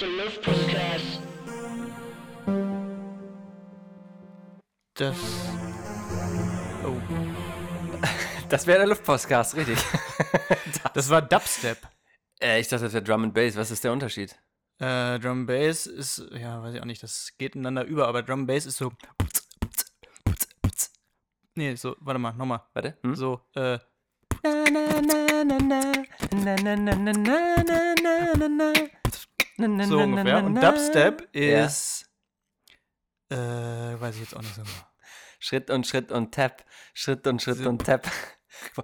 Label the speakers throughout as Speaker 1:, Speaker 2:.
Speaker 1: Live Podcast.
Speaker 2: Das. Oh.
Speaker 3: Das wäre der Luftpostcast, richtig. Ah.
Speaker 2: Das war Dubstep.
Speaker 3: äh, ich dachte, das wäre Drum and Bass. Was ist der Unterschied?
Speaker 2: Äh, Drum Bass ist, ja, weiß ich auch nicht, das geht ineinander über, aber Drum Bass ist so. Nee, so, warte mal, nochmal.
Speaker 3: Warte. Hm?
Speaker 2: So, äh, so ungefähr. Und Dubstep
Speaker 3: Ja.
Speaker 2: ist. Äh, weiß ich jetzt auch nicht so genau.
Speaker 3: Schritt und Schritt und Tap. Schritt und Schritt und Tap.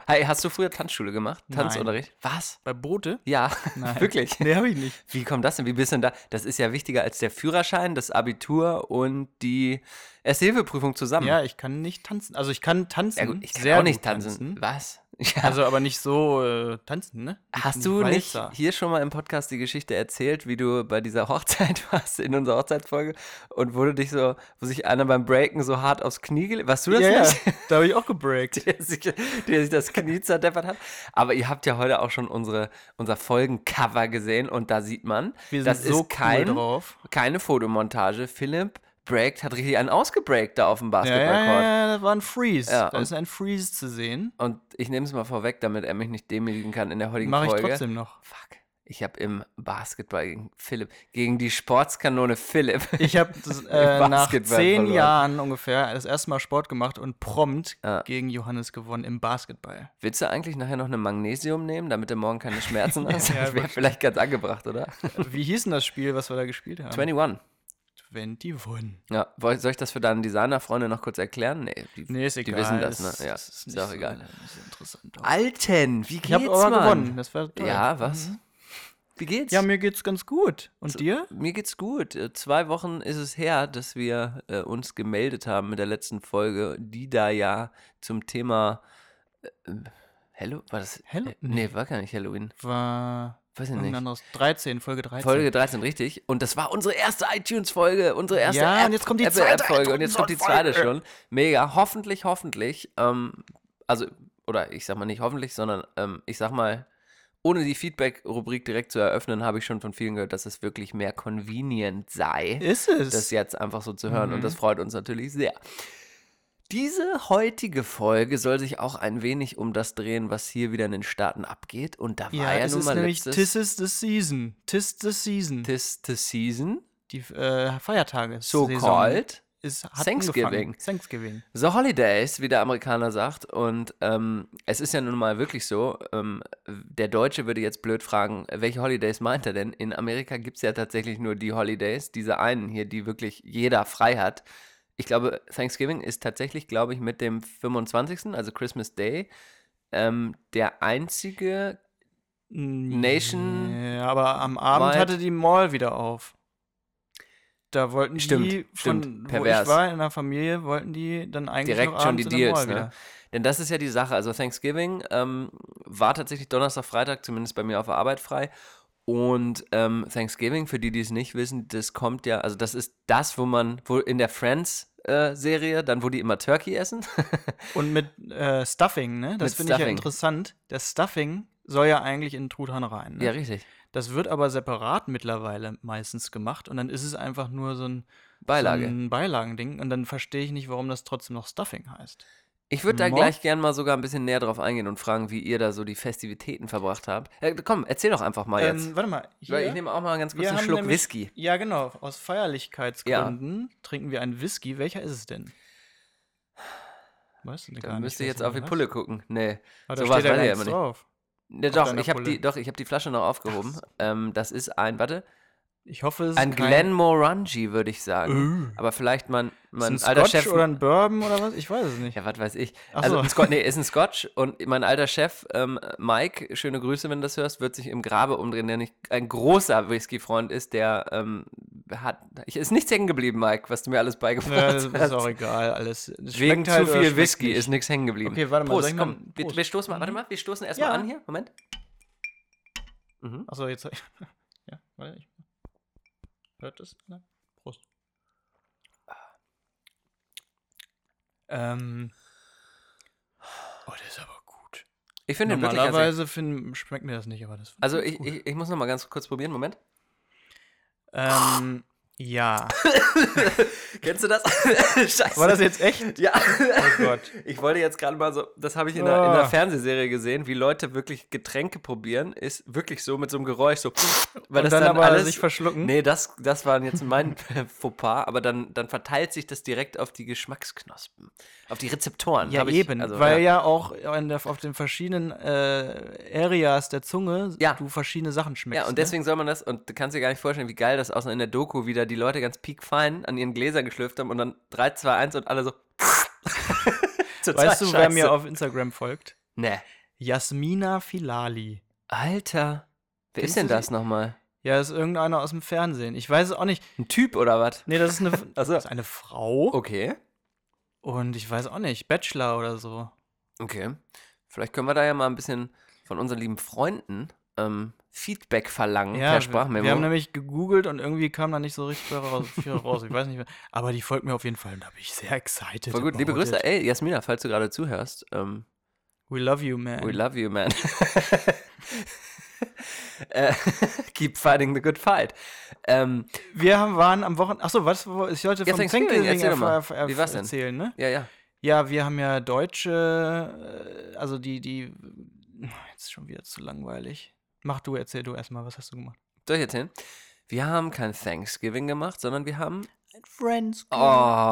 Speaker 3: Hey, hast du früher Tanzschule gemacht?
Speaker 2: Nein.
Speaker 3: Tanzunterricht? Was?
Speaker 2: Bei Boote?
Speaker 3: Ja,
Speaker 2: Nein.
Speaker 3: wirklich.
Speaker 2: Nee, hab ich nicht.
Speaker 3: Wie kommt das denn? Wie bist du denn da? Das ist ja wichtiger als der Führerschein, das Abitur und die Erste-Hilfe-Prüfung zusammen.
Speaker 2: Ja, ich kann nicht tanzen. Also ich kann tanzen.
Speaker 3: Hm. ja gut, ich kann
Speaker 2: sehr
Speaker 3: auch nicht
Speaker 2: gut
Speaker 3: tanzen. Was? Ja.
Speaker 2: Also aber nicht so äh, tanzen, ne?
Speaker 3: Hast du nicht
Speaker 2: Walzer.
Speaker 3: hier schon mal im Podcast die Geschichte erzählt, wie du bei dieser Hochzeit warst, in unserer Hochzeitsfolge, und wo du dich so, wo sich einer beim Breaken so hart aufs Knie gelegt Warst du das
Speaker 2: Ja, ja,
Speaker 3: nicht?
Speaker 2: da habe ich auch gebreakt.
Speaker 3: Der sich, der sich das Knie zerdeppert hat. Aber ihr habt ja heute auch schon unsere, unser Folgencover gesehen und da sieht man,
Speaker 2: Wir sind
Speaker 3: das
Speaker 2: so
Speaker 3: ist kein,
Speaker 2: cool drauf.
Speaker 3: keine Fotomontage. Philipp breakt, hat richtig einen ausgebreakt da auf dem
Speaker 2: Ja, ja,
Speaker 3: Basketballcourt.
Speaker 2: ja, das war ein Freeze.
Speaker 3: Ja,
Speaker 2: da
Speaker 3: und-
Speaker 2: ist ein Freeze zu sehen.
Speaker 3: Und ich nehme es mal vorweg, damit er mich nicht demütigen kann in der heutigen
Speaker 2: Mache ich
Speaker 3: Folge.
Speaker 2: trotzdem noch.
Speaker 3: Fuck. Ich habe im Basketball gegen Philipp, gegen die Sportskanone Philipp.
Speaker 2: Ich habe äh, nach zehn
Speaker 3: Basketball verloren.
Speaker 2: Jahren ungefähr das erste Mal Sport gemacht und prompt
Speaker 3: Ja.
Speaker 2: gegen Johannes gewonnen im Basketball.
Speaker 3: Willst du eigentlich nachher noch eine Magnesium nehmen, damit du morgen keine Schmerzen hast?
Speaker 2: Ja,
Speaker 3: das wäre vielleicht ganz angebracht, oder?
Speaker 2: Wie hieß denn das Spiel, was wir da gespielt haben?
Speaker 3: 21.
Speaker 2: 21.
Speaker 3: Ja, woll- soll ich das für deine Designerfreunde noch kurz erklären? Nee, die,
Speaker 2: Nee, ist egal.
Speaker 3: die wissen das, ne? Ja,
Speaker 2: das
Speaker 3: ist,
Speaker 2: ist, nicht
Speaker 3: auch
Speaker 2: so-
Speaker 3: egal.
Speaker 2: das ist interessant.
Speaker 3: Alten, wie geht's,
Speaker 2: ich habe aber
Speaker 3: Mann?
Speaker 2: gewonnen. Das war toll. Mhm.
Speaker 3: Ja, was? Wie geht's?
Speaker 2: Ja, mir geht's ganz gut. Und dir?
Speaker 3: Mir geht's gut. Äh, Zwei Wochen ist es her, dass wir äh, uns gemeldet haben mit der letzten Folge, die da ja zum Thema äh, Hello, war das?
Speaker 2: Hello-
Speaker 3: Äh, nee, war gar nicht Halloween.
Speaker 2: War
Speaker 3: Weiß ich
Speaker 2: irgendein
Speaker 3: nicht.
Speaker 2: anderes. 13, Folge 13.
Speaker 3: Folge 13, richtig. Und das war unsere erste iTunes-Folge, unsere erste
Speaker 2: Ja,
Speaker 3: App,
Speaker 2: und jetzt kommt die
Speaker 3: Apple
Speaker 2: zweite
Speaker 3: App Folge und jetzt kommt die zweite schon. Mega. Hoffentlich, hoffentlich. Ähm, also, oder ich sag mal nicht hoffentlich, sondern ähm, ich sag mal, ohne die Feedback-Rubrik direkt zu eröffnen, habe ich schon von vielen gehört, dass es wirklich mehr convenient sei.
Speaker 2: Ist es?
Speaker 3: das jetzt einfach so zu hören.
Speaker 2: Mhm.
Speaker 3: Und das freut uns natürlich sehr. Diese heutige Folge soll sich auch ein wenig um das drehen, was hier wieder in den Staaten abgeht. Und da war
Speaker 2: ja,
Speaker 3: ja,
Speaker 2: es
Speaker 3: nun
Speaker 2: ist
Speaker 3: mal
Speaker 2: nämlich
Speaker 3: letztes
Speaker 2: Tis is the Season. Tis the Season.
Speaker 3: Tis the Season,
Speaker 2: Die äh, Feiertage.
Speaker 3: so called.
Speaker 2: Ist, hat
Speaker 3: Thanksgiving.
Speaker 2: angefangen. Thanksgiving.
Speaker 3: The Holidays, wie der Amerikaner sagt. Und ähm, es ist ja nun mal wirklich so, ähm, der Deutsche würde jetzt blöd fragen, welche Holidays meint er denn? In Amerika gibt es ja tatsächlich nur die Holidays, diese einen hier, die wirklich jeder frei hat. Ich glaube, Thanksgiving ist tatsächlich, glaube ich, mit dem 25., also Christmas Day, ähm, der einzige, Nation
Speaker 2: Ja, aber am Abend
Speaker 3: wide-
Speaker 2: hatte die Mall wieder auf. Da wollten
Speaker 3: Stimmt,
Speaker 2: die von
Speaker 3: stimmt,
Speaker 2: wo
Speaker 3: pervers.
Speaker 2: ich war in der Familie, wollten die dann eigentlich
Speaker 3: direkt
Speaker 2: noch
Speaker 3: schon
Speaker 2: abends in
Speaker 3: die
Speaker 2: der
Speaker 3: Deals.
Speaker 2: Mall
Speaker 3: Ne? Denn das ist ja die Sache. Also Thanksgiving ähm, war tatsächlich Donnerstag, Freitag, zumindest bei mir auf der Arbeit frei. Und ähm, Thanksgiving, für die, die es nicht wissen, das kommt ja, also das ist das, wo man, wo in der Friends-Serie, dann wo die immer Turkey essen.
Speaker 2: wieder. Und mit äh, Stuffing, ne? Das
Speaker 3: Mit
Speaker 2: finde ich ja
Speaker 3: Stuffing.
Speaker 2: interessant. Das Stuffing soll ja eigentlich in den Truthahn rein. Ne?
Speaker 3: ja, richtig.
Speaker 2: Das wird aber separat mittlerweile meistens gemacht und dann ist es einfach nur so ein,
Speaker 3: Beilage.
Speaker 2: so ein Beilagending und dann verstehe ich nicht, warum das trotzdem noch Stuffing heißt.
Speaker 3: Ich würde da
Speaker 2: Mo-
Speaker 3: gleich gern mal sogar ein bisschen näher drauf eingehen und fragen, wie ihr da so die Festivitäten verbracht habt. Äh, komm, erzähl doch einfach mal
Speaker 2: Ähm,
Speaker 3: Ah, jetzt.
Speaker 2: warte mal.
Speaker 3: Weil
Speaker 2: hier-
Speaker 3: ich nehme auch mal ganz kurz
Speaker 2: wir
Speaker 3: einen
Speaker 2: haben
Speaker 3: Schluck
Speaker 2: nämlich-
Speaker 3: Whisky.
Speaker 2: Ja, genau. Aus Feierlichkeitsgründen trinken wir einen Whisky. Welcher ist es denn? Weißt du denn
Speaker 3: Da
Speaker 2: gar nicht,
Speaker 3: müsst ihr
Speaker 2: wer
Speaker 3: jetzt
Speaker 2: es
Speaker 3: auf die
Speaker 2: war?
Speaker 3: Pulle gucken. Nee.
Speaker 2: Ah, da
Speaker 3: Sowas
Speaker 2: steht ja gar
Speaker 3: weiß ich
Speaker 2: nichts
Speaker 3: immer nicht.
Speaker 2: drauf.
Speaker 3: Ne,
Speaker 2: Auf
Speaker 3: doch,
Speaker 2: deiner
Speaker 3: ich habe
Speaker 2: Pulle.
Speaker 3: die, doch, ich habe die Flasche noch aufgehoben. Ähm, das ist ein, warte,
Speaker 2: Ich hoffe, es ist
Speaker 3: ein
Speaker 2: kein, Äh.
Speaker 3: Glenmorangie, würde ich sagen. Aber vielleicht mein, mein
Speaker 2: ist ein
Speaker 3: alter
Speaker 2: Scotch
Speaker 3: Chef.
Speaker 2: oder ein Bourbon oder was? Ich weiß es nicht.
Speaker 3: ja, was weiß ich.
Speaker 2: Ach
Speaker 3: Also
Speaker 2: so.
Speaker 3: ein Scotch, nee, ist ein Scotch und mein alter Chef, ähm, Mike, schöne Grüße, wenn du das hörst, wird sich im Grabe umdrehen, der nicht ein großer Whisky-Freund ist, der ähm, hat. Ich, ist nichts hängen geblieben, Mike, was du mir alles beigebracht
Speaker 2: Ja, das
Speaker 3: hast.
Speaker 2: ist auch egal. Alles. Es
Speaker 3: Wegen
Speaker 2: schmeckt halt
Speaker 3: zu
Speaker 2: oder
Speaker 3: viel
Speaker 2: schmeckt
Speaker 3: Whisky
Speaker 2: nicht.
Speaker 3: ist nichts hängen geblieben.
Speaker 2: Okay, warte mal,
Speaker 3: Prost,
Speaker 2: soll ich mal-
Speaker 3: komm. Wir,
Speaker 2: Prost.
Speaker 3: wir stoßen mal, warte mal, wir stoßen erstmal
Speaker 2: Ja.
Speaker 3: an hier. Moment. Mhm.
Speaker 2: Achso, jetzt. Ja, warte. Ich, hört das? alle? Prost. Ähm. Oh, das ist aber gut.
Speaker 3: Ich finde den wirklich sehr-
Speaker 2: Normalerweise find, schmeckt mir das nicht, aber das
Speaker 3: Also
Speaker 2: find's
Speaker 3: ich,
Speaker 2: gut.
Speaker 3: ich, ich muss noch mal ganz kurz probieren, Moment.
Speaker 2: Ähm, ja.
Speaker 3: Kennst du das? Scheiße.
Speaker 2: War das jetzt echt?
Speaker 3: Ja.
Speaker 2: Oh Gott.
Speaker 3: Ich wollte jetzt gerade mal so, das habe ich in, einer, in einer
Speaker 2: Ah.
Speaker 3: Fernsehserie gesehen, wie Leute wirklich Getränke probieren, ist wirklich so mit so einem Geräusch so,
Speaker 2: Und
Speaker 3: weil das
Speaker 2: dann,
Speaker 3: dann,
Speaker 2: aber
Speaker 3: alles
Speaker 2: sich verschlucken.
Speaker 3: Nee, das, das war jetzt mein Fauxpas, aber dann, dann verteilt sich das direkt auf die Geschmacksknospen, auf die Rezeptoren.
Speaker 2: ja,
Speaker 3: hab ich,
Speaker 2: eben,
Speaker 3: also,
Speaker 2: weil ja, auch in der, auf den verschiedenen äh, Areas der Zunge
Speaker 3: Ja.
Speaker 2: du verschiedene Sachen schmeckst. ne?
Speaker 3: Ja, und deswegen soll man das, und du kannst dir gar nicht vorstellen, wie geil das aussah in der Doku, wie da die Leute ganz piekfein an ihren Gläsern geschlürft haben und dann 3, 2, 1 und alle so.
Speaker 2: Ne? Weißt du, wer mir auf Instagram folgt?
Speaker 3: Nee.
Speaker 2: Jasmina Filali.
Speaker 3: Alter. Wer
Speaker 2: Kennst
Speaker 3: ist denn
Speaker 2: du
Speaker 3: das nochmal?
Speaker 2: Ja, ist irgendeiner aus dem Fernsehen. Ich weiß es auch nicht.
Speaker 3: Ein Typ oder was?
Speaker 2: Nee, das ist eine,
Speaker 3: Ach so. Oh.
Speaker 2: das ist eine Frau.
Speaker 3: Okay.
Speaker 2: Und ich weiß auch nicht, Bachelor oder so.
Speaker 3: Okay. Vielleicht können wir da ja mal ein bisschen von unseren lieben Freunden ähm, Feedback verlangen per
Speaker 2: wir,
Speaker 3: Sprachmemo.
Speaker 2: wir haben nämlich gegoogelt und irgendwie kam da nicht so richtig viel raus. viel raus. Ich weiß nicht mehr. Aber die folgt mir auf jeden Fall und da bin ich sehr excited.
Speaker 3: Voll gut,
Speaker 2: about
Speaker 3: liebe Grüße.
Speaker 2: it.
Speaker 3: Ey, Jasmina, falls du gerade zuhörst, ähm,
Speaker 2: We love you, man.
Speaker 3: we love you, man. Äh, Keep fighting the good fight. Ähm,
Speaker 2: wir haben, waren am Wochenende. Achso, was? wo- Ich sollte
Speaker 3: Ja,
Speaker 2: vom
Speaker 3: Thanksgiving,
Speaker 2: Thanksgiving
Speaker 3: erzähl doch mal.
Speaker 2: erf- erf-
Speaker 3: Wie war's denn?
Speaker 2: erzählen, ne?
Speaker 3: ja, ja.
Speaker 2: Ja, wir haben ja deutsche, äh, also die, die, jetzt ist schon wieder zu langweilig. Mach du, erzähl du erstmal, was hast du gemacht?
Speaker 3: Soll ich erzählen? Wir haben kein Thanksgiving gemacht, sondern wir haben
Speaker 2: Friends.
Speaker 3: oh,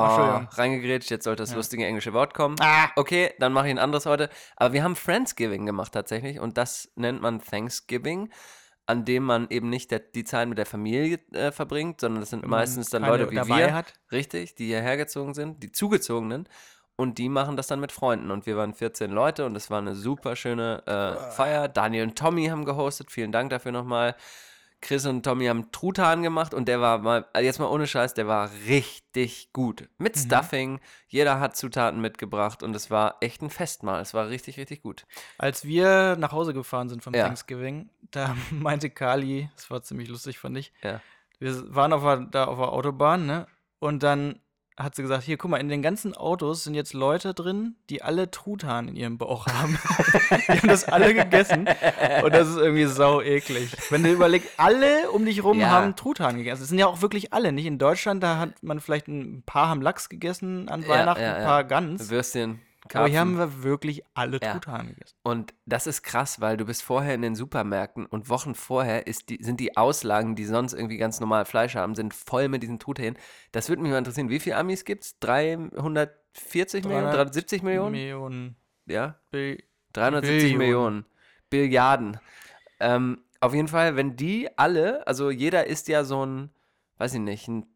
Speaker 2: Entschuldigung.
Speaker 3: reingegrätscht. Jetzt sollte das lustige englische Wort kommen.
Speaker 2: Ah.
Speaker 3: Okay, dann mache ich ein anderes heute. Aber wir haben Friendsgiving gemacht tatsächlich und das nennt man Thanksgiving, an dem man eben nicht der, die Zeit mit der Familie äh, verbringt, sondern das sind
Speaker 2: man
Speaker 3: meistens dann
Speaker 2: keine
Speaker 3: Leute wie
Speaker 2: dabei
Speaker 3: wir,
Speaker 2: hat.
Speaker 3: richtig, die hierher gezogen sind, die zugezogenen. Und die machen das dann mit Freunden. Und wir waren 14 Leute und es war eine super schöne
Speaker 2: Ah.
Speaker 3: äh, Feier. Daniel und Tommy haben gehostet. Vielen Dank dafür nochmal. Chris und Tommy haben Truthahn gemacht und der war mal, also jetzt mal ohne Scheiß, der war richtig gut.
Speaker 2: Mhm.
Speaker 3: Mit Stuffing, jeder hat Zutaten mitgebracht und es war echt ein Festmahl. Es war richtig, richtig gut.
Speaker 2: Als wir nach Hause gefahren sind vom
Speaker 3: Ja.
Speaker 2: Thanksgiving, da meinte Kali, das war ziemlich lustig, fand ich,
Speaker 3: Ja.
Speaker 2: wir waren auf der, da auf der Autobahn, ne? Und dann hat sie gesagt, hier, guck mal, in den ganzen Autos sind jetzt Leute drin, die alle Truthahn in ihrem Bauch haben. die haben das alle gegessen. Und das ist irgendwie sau eklig. Wenn du überlegst, alle um dich rum
Speaker 3: Ja.
Speaker 2: haben Truthahn gegessen. Also, Es sind ja auch wirklich alle, nicht? In Deutschland, da hat man vielleicht ein paar haben Lachs gegessen an
Speaker 3: Ja,
Speaker 2: Weihnachten,
Speaker 3: ja,
Speaker 2: ein
Speaker 3: ja.
Speaker 2: paar Gans.
Speaker 3: Würstchen,
Speaker 2: Aber
Speaker 3: Karpfen.
Speaker 2: hier haben wir wirklich alle
Speaker 3: Ja.
Speaker 2: Truthahn gegessen.
Speaker 3: Und das ist krass, weil du bist vorher in den Supermärkten und Wochen vorher ist die, sind die Auslagen, die sonst irgendwie ganz normal Fleisch haben, sind voll mit diesen Truthähnen. Das würde mich mal interessieren. Wie viele Amis gibt es? 340 Millionen? 370 Millionen?
Speaker 2: Millionen.
Speaker 3: ja.
Speaker 2: Bill-
Speaker 3: 370
Speaker 2: Billionen.
Speaker 3: Millionen. Billiarden. Ähm, auf jeden Fall, wenn die alle, also jeder ist ja so ein, weiß ich nicht, ein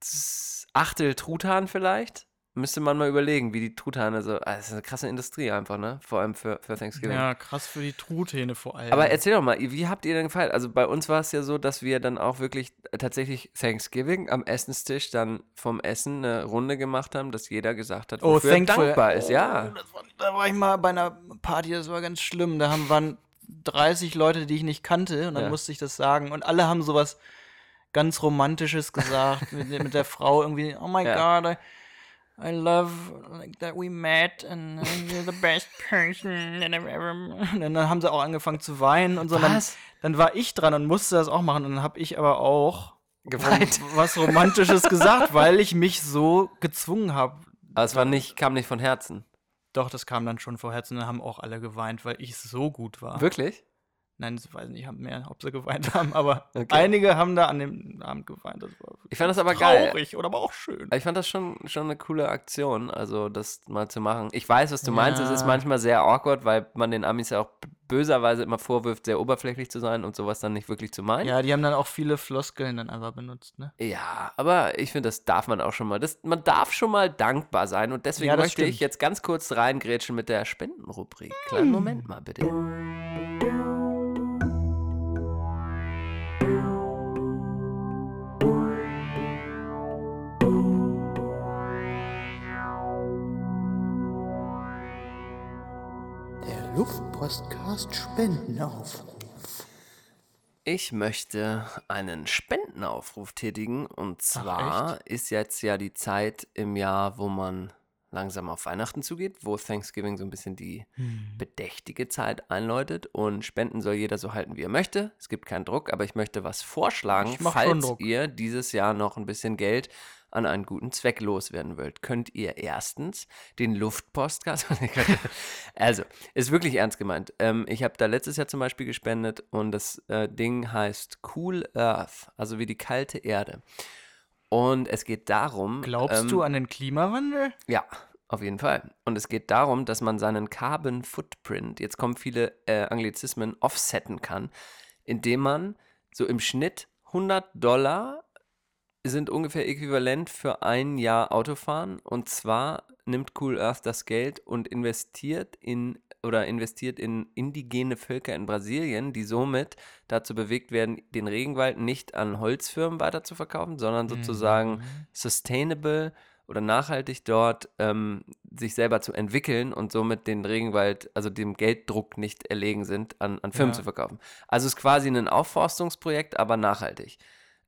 Speaker 3: Z- Achtel Truthahn vielleicht. Müsste man mal überlegen, wie die Truthahne so. Ah, Das ist eine krasse Industrie einfach, ne? Vor allem für, für Thanksgiving.
Speaker 2: Ja, krass für die Truthähne vor allem.
Speaker 3: Aber erzähl doch mal, wie habt ihr denn gefeiert? Also bei uns war es ja so, dass wir dann auch wirklich äh, tatsächlich Thanksgiving am Essenstisch dann vom Essen eine Runde gemacht haben, dass jeder gesagt hat,
Speaker 2: Oh,
Speaker 3: wofür er
Speaker 2: thankful.
Speaker 3: dankbar ist. Ja,
Speaker 2: Oh, das war, da war ich mal bei einer Party, das war ganz schlimm. Da haben, waren 30 Leute, die ich nicht kannte, und dann
Speaker 3: Ja.
Speaker 2: musste ich das sagen. Und alle haben sowas ganz Romantisches gesagt mit, mit der Frau irgendwie. Oh my
Speaker 3: Ja.
Speaker 2: God, I, I love like, that we met and you're the best person that I've ever. met." Und dann haben sie auch angefangen zu weinen und so. Und
Speaker 3: Was?
Speaker 2: Dann, dann war ich dran und musste das auch machen. Und dann habe ich aber auch
Speaker 3: geweint.
Speaker 2: was Romantisches gesagt, weil ich mich so gezwungen habe,
Speaker 3: Aber es war nicht, kam nicht von Herzen.
Speaker 2: Doch, das kam dann schon vor Herzen, dann haben auch alle geweint, weil ich so gut war.
Speaker 3: Wirklich?
Speaker 2: Nein, ich weiß nicht, haben mehr, ob sie geweint haben, aber
Speaker 3: Okay.
Speaker 2: einige haben da an dem Abend geweint. Das war
Speaker 3: Ich fand das aber geil. Also-
Speaker 2: traurig oder aber auch schön.
Speaker 3: Ich fand das schon, schon eine coole Aktion, also das mal zu machen. Ich weiß, was du meinst. Es ist
Speaker 2: Ja.
Speaker 3: manchmal sehr awkward, weil man den Amis ja auch böserweise immer vorwirft, sehr oberflächlich zu sein und sowas dann nicht wirklich zu meinen.
Speaker 2: Ja, die haben dann auch viele Floskeln dann einfach benutzt, ne?
Speaker 3: Ja, aber ich finde, das darf man auch schon mal. Das, man darf schon mal dankbar sein und deswegen
Speaker 2: Ja, das
Speaker 3: möchte ich
Speaker 2: stimmt.
Speaker 3: jetzt ganz kurz reingrätschen mit der Spendenrubrik. Kleinen Moment mal bitte.
Speaker 1: Der Luftpostcast Spendenaufruf.
Speaker 3: Ich möchte einen Spendenaufruf tätigen und zwar ist jetzt ja die Zeit im Jahr, wo man langsam auf Weihnachten zugeht, wo Thanksgiving so ein bisschen die
Speaker 2: Hm.
Speaker 3: bedächtige Zeit einläutet und Spenden soll jeder so halten, wie er möchte. Es gibt keinen Druck, aber ich möchte was vorschlagen,
Speaker 2: Ich mach schon
Speaker 3: falls
Speaker 2: Druck.
Speaker 3: ihr dieses Jahr noch ein bisschen Geld an einen guten Zweck loswerden wollt, könnt ihr erstens den Luftpostcast. Oh, also, ist wirklich ernst gemeint. Ähm, ich habe da letztes Jahr zum Beispiel gespendet und das äh, Ding heißt Cool Earth, also wie die kalte Erde. Und es geht darum.
Speaker 2: Glaubst
Speaker 3: ähm,
Speaker 2: du an den Klimawandel?
Speaker 3: ja, auf jeden Fall. Und es geht darum, dass man seinen Carbon Footprint, jetzt kommen viele äh, Anglizismen, offsetten kann, indem man so im Schnitt 100 Dollar sind ungefähr äquivalent für ein Jahr Autofahren. Und zwar nimmt Cool Earth das Geld und investiert in oder investiert in indigene Völker in Brasilien, die somit dazu bewegt werden, den Regenwald nicht an Holzfirmen weiterzuverkaufen,
Speaker 2: Mhm.
Speaker 3: sondern sozusagen
Speaker 2: Hm,
Speaker 3: sustainable oder nachhaltig dort ähm, sich selber zu entwickeln und somit den Regenwald, also dem Gelddruck nicht erlegen sind, an, an Firmen
Speaker 2: Ja.
Speaker 3: zu verkaufen. Also es ist quasi ein Aufforstungsprojekt, aber nachhaltig.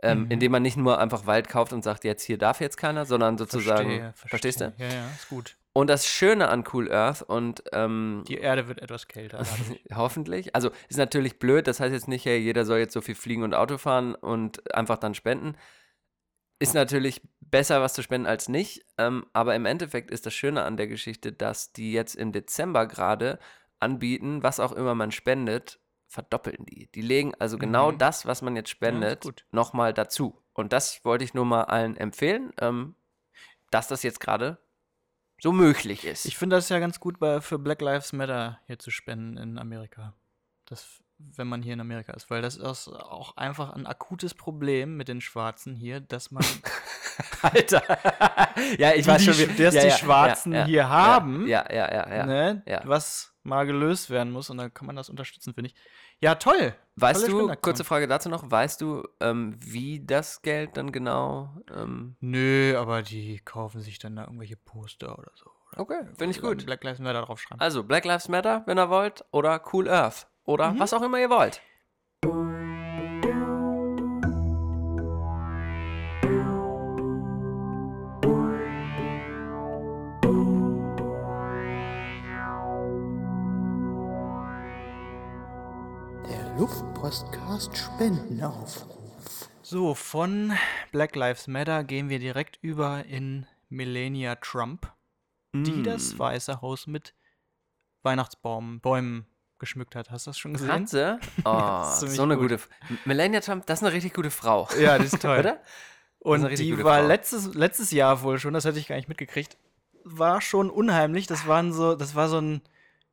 Speaker 3: Ähm, Indem man nicht nur einfach Wald kauft und sagt, jetzt hier darf jetzt keiner, sondern sozusagen, verstehst du?
Speaker 2: Ja, ja, ist gut.
Speaker 3: Und das Schöne an Cool Earth und ähm,
Speaker 2: Die Erde wird etwas kälter. dadurch.
Speaker 3: Hoffentlich. Also ist natürlich blöd, das heißt jetzt nicht, hey, jeder soll jetzt so viel fliegen und Auto fahren und einfach dann spenden. Ist natürlich besser, was zu spenden als nicht. Ähm, aber im Endeffekt ist das Schöne an der Geschichte, dass die jetzt im Dezember gerade anbieten, was auch immer man spendet, verdoppeln die. Die legen also genau
Speaker 2: Mhm.
Speaker 3: das, was man jetzt spendet,
Speaker 2: gut.
Speaker 3: nochmal dazu. Und das wollte ich nur mal allen empfehlen, ähm, dass das jetzt gerade so möglich ist.
Speaker 2: ich finde das ja ganz gut, bei, für Black Lives Matter hier zu spenden in Amerika. Das, wenn man hier in Amerika ist, weil das ist auch einfach ein akutes Problem mit den Schwarzen hier, dass man
Speaker 3: Alter. ja, ich
Speaker 2: Wie die
Speaker 3: weiß schon, wie,
Speaker 2: Sch- dass
Speaker 3: ja,
Speaker 2: die
Speaker 3: ja,
Speaker 2: Schwarzen
Speaker 3: ja, ja,
Speaker 2: hier
Speaker 3: ja,
Speaker 2: haben.
Speaker 3: Ja, ja, ja, ja.
Speaker 2: ne,
Speaker 3: ja.
Speaker 2: was mal gelöst werden muss und da kann man das unterstützen, finde ich. Ja, toll.
Speaker 3: Weißt
Speaker 2: Tolle
Speaker 3: du,
Speaker 2: Spendenaktion.
Speaker 3: kurze Frage dazu noch, weißt du, ähm, wie das Geld dann genau. Ähm,
Speaker 2: Nö, aber die kaufen sich dann da irgendwelche Poster oder so. Oder
Speaker 3: okay, finde ich
Speaker 2: wo dann
Speaker 3: gut.
Speaker 2: Black Lives Matter draufschreiben.
Speaker 3: Also, Black Lives Matter, wenn ihr wollt, oder Cool Earth, oder
Speaker 2: Mhm.
Speaker 3: was auch immer ihr wollt.
Speaker 1: Der Luftpostcast Spendenaufruf.
Speaker 2: So, von Black Lives Matter gehen wir direkt über in Melania Trump, die das Weiße Haus mit Weihnachtsbaum, Bäumen geschmückt hat. Hast du das schon gesehen?
Speaker 3: Hat sie? Oh,
Speaker 2: ist ziemlich
Speaker 3: so eine
Speaker 2: gut.
Speaker 3: gute. F- Melania Trump, das ist eine richtig gute Frau.
Speaker 2: Ja, die ist toll.
Speaker 3: Oder? eine
Speaker 2: Und
Speaker 3: richtig
Speaker 2: die
Speaker 3: gute
Speaker 2: war
Speaker 3: Frau.
Speaker 2: letztes, letztes Jahr wohl schon, das hätte ich gar nicht mitgekriegt, war schon unheimlich. Das waren so, das war so ein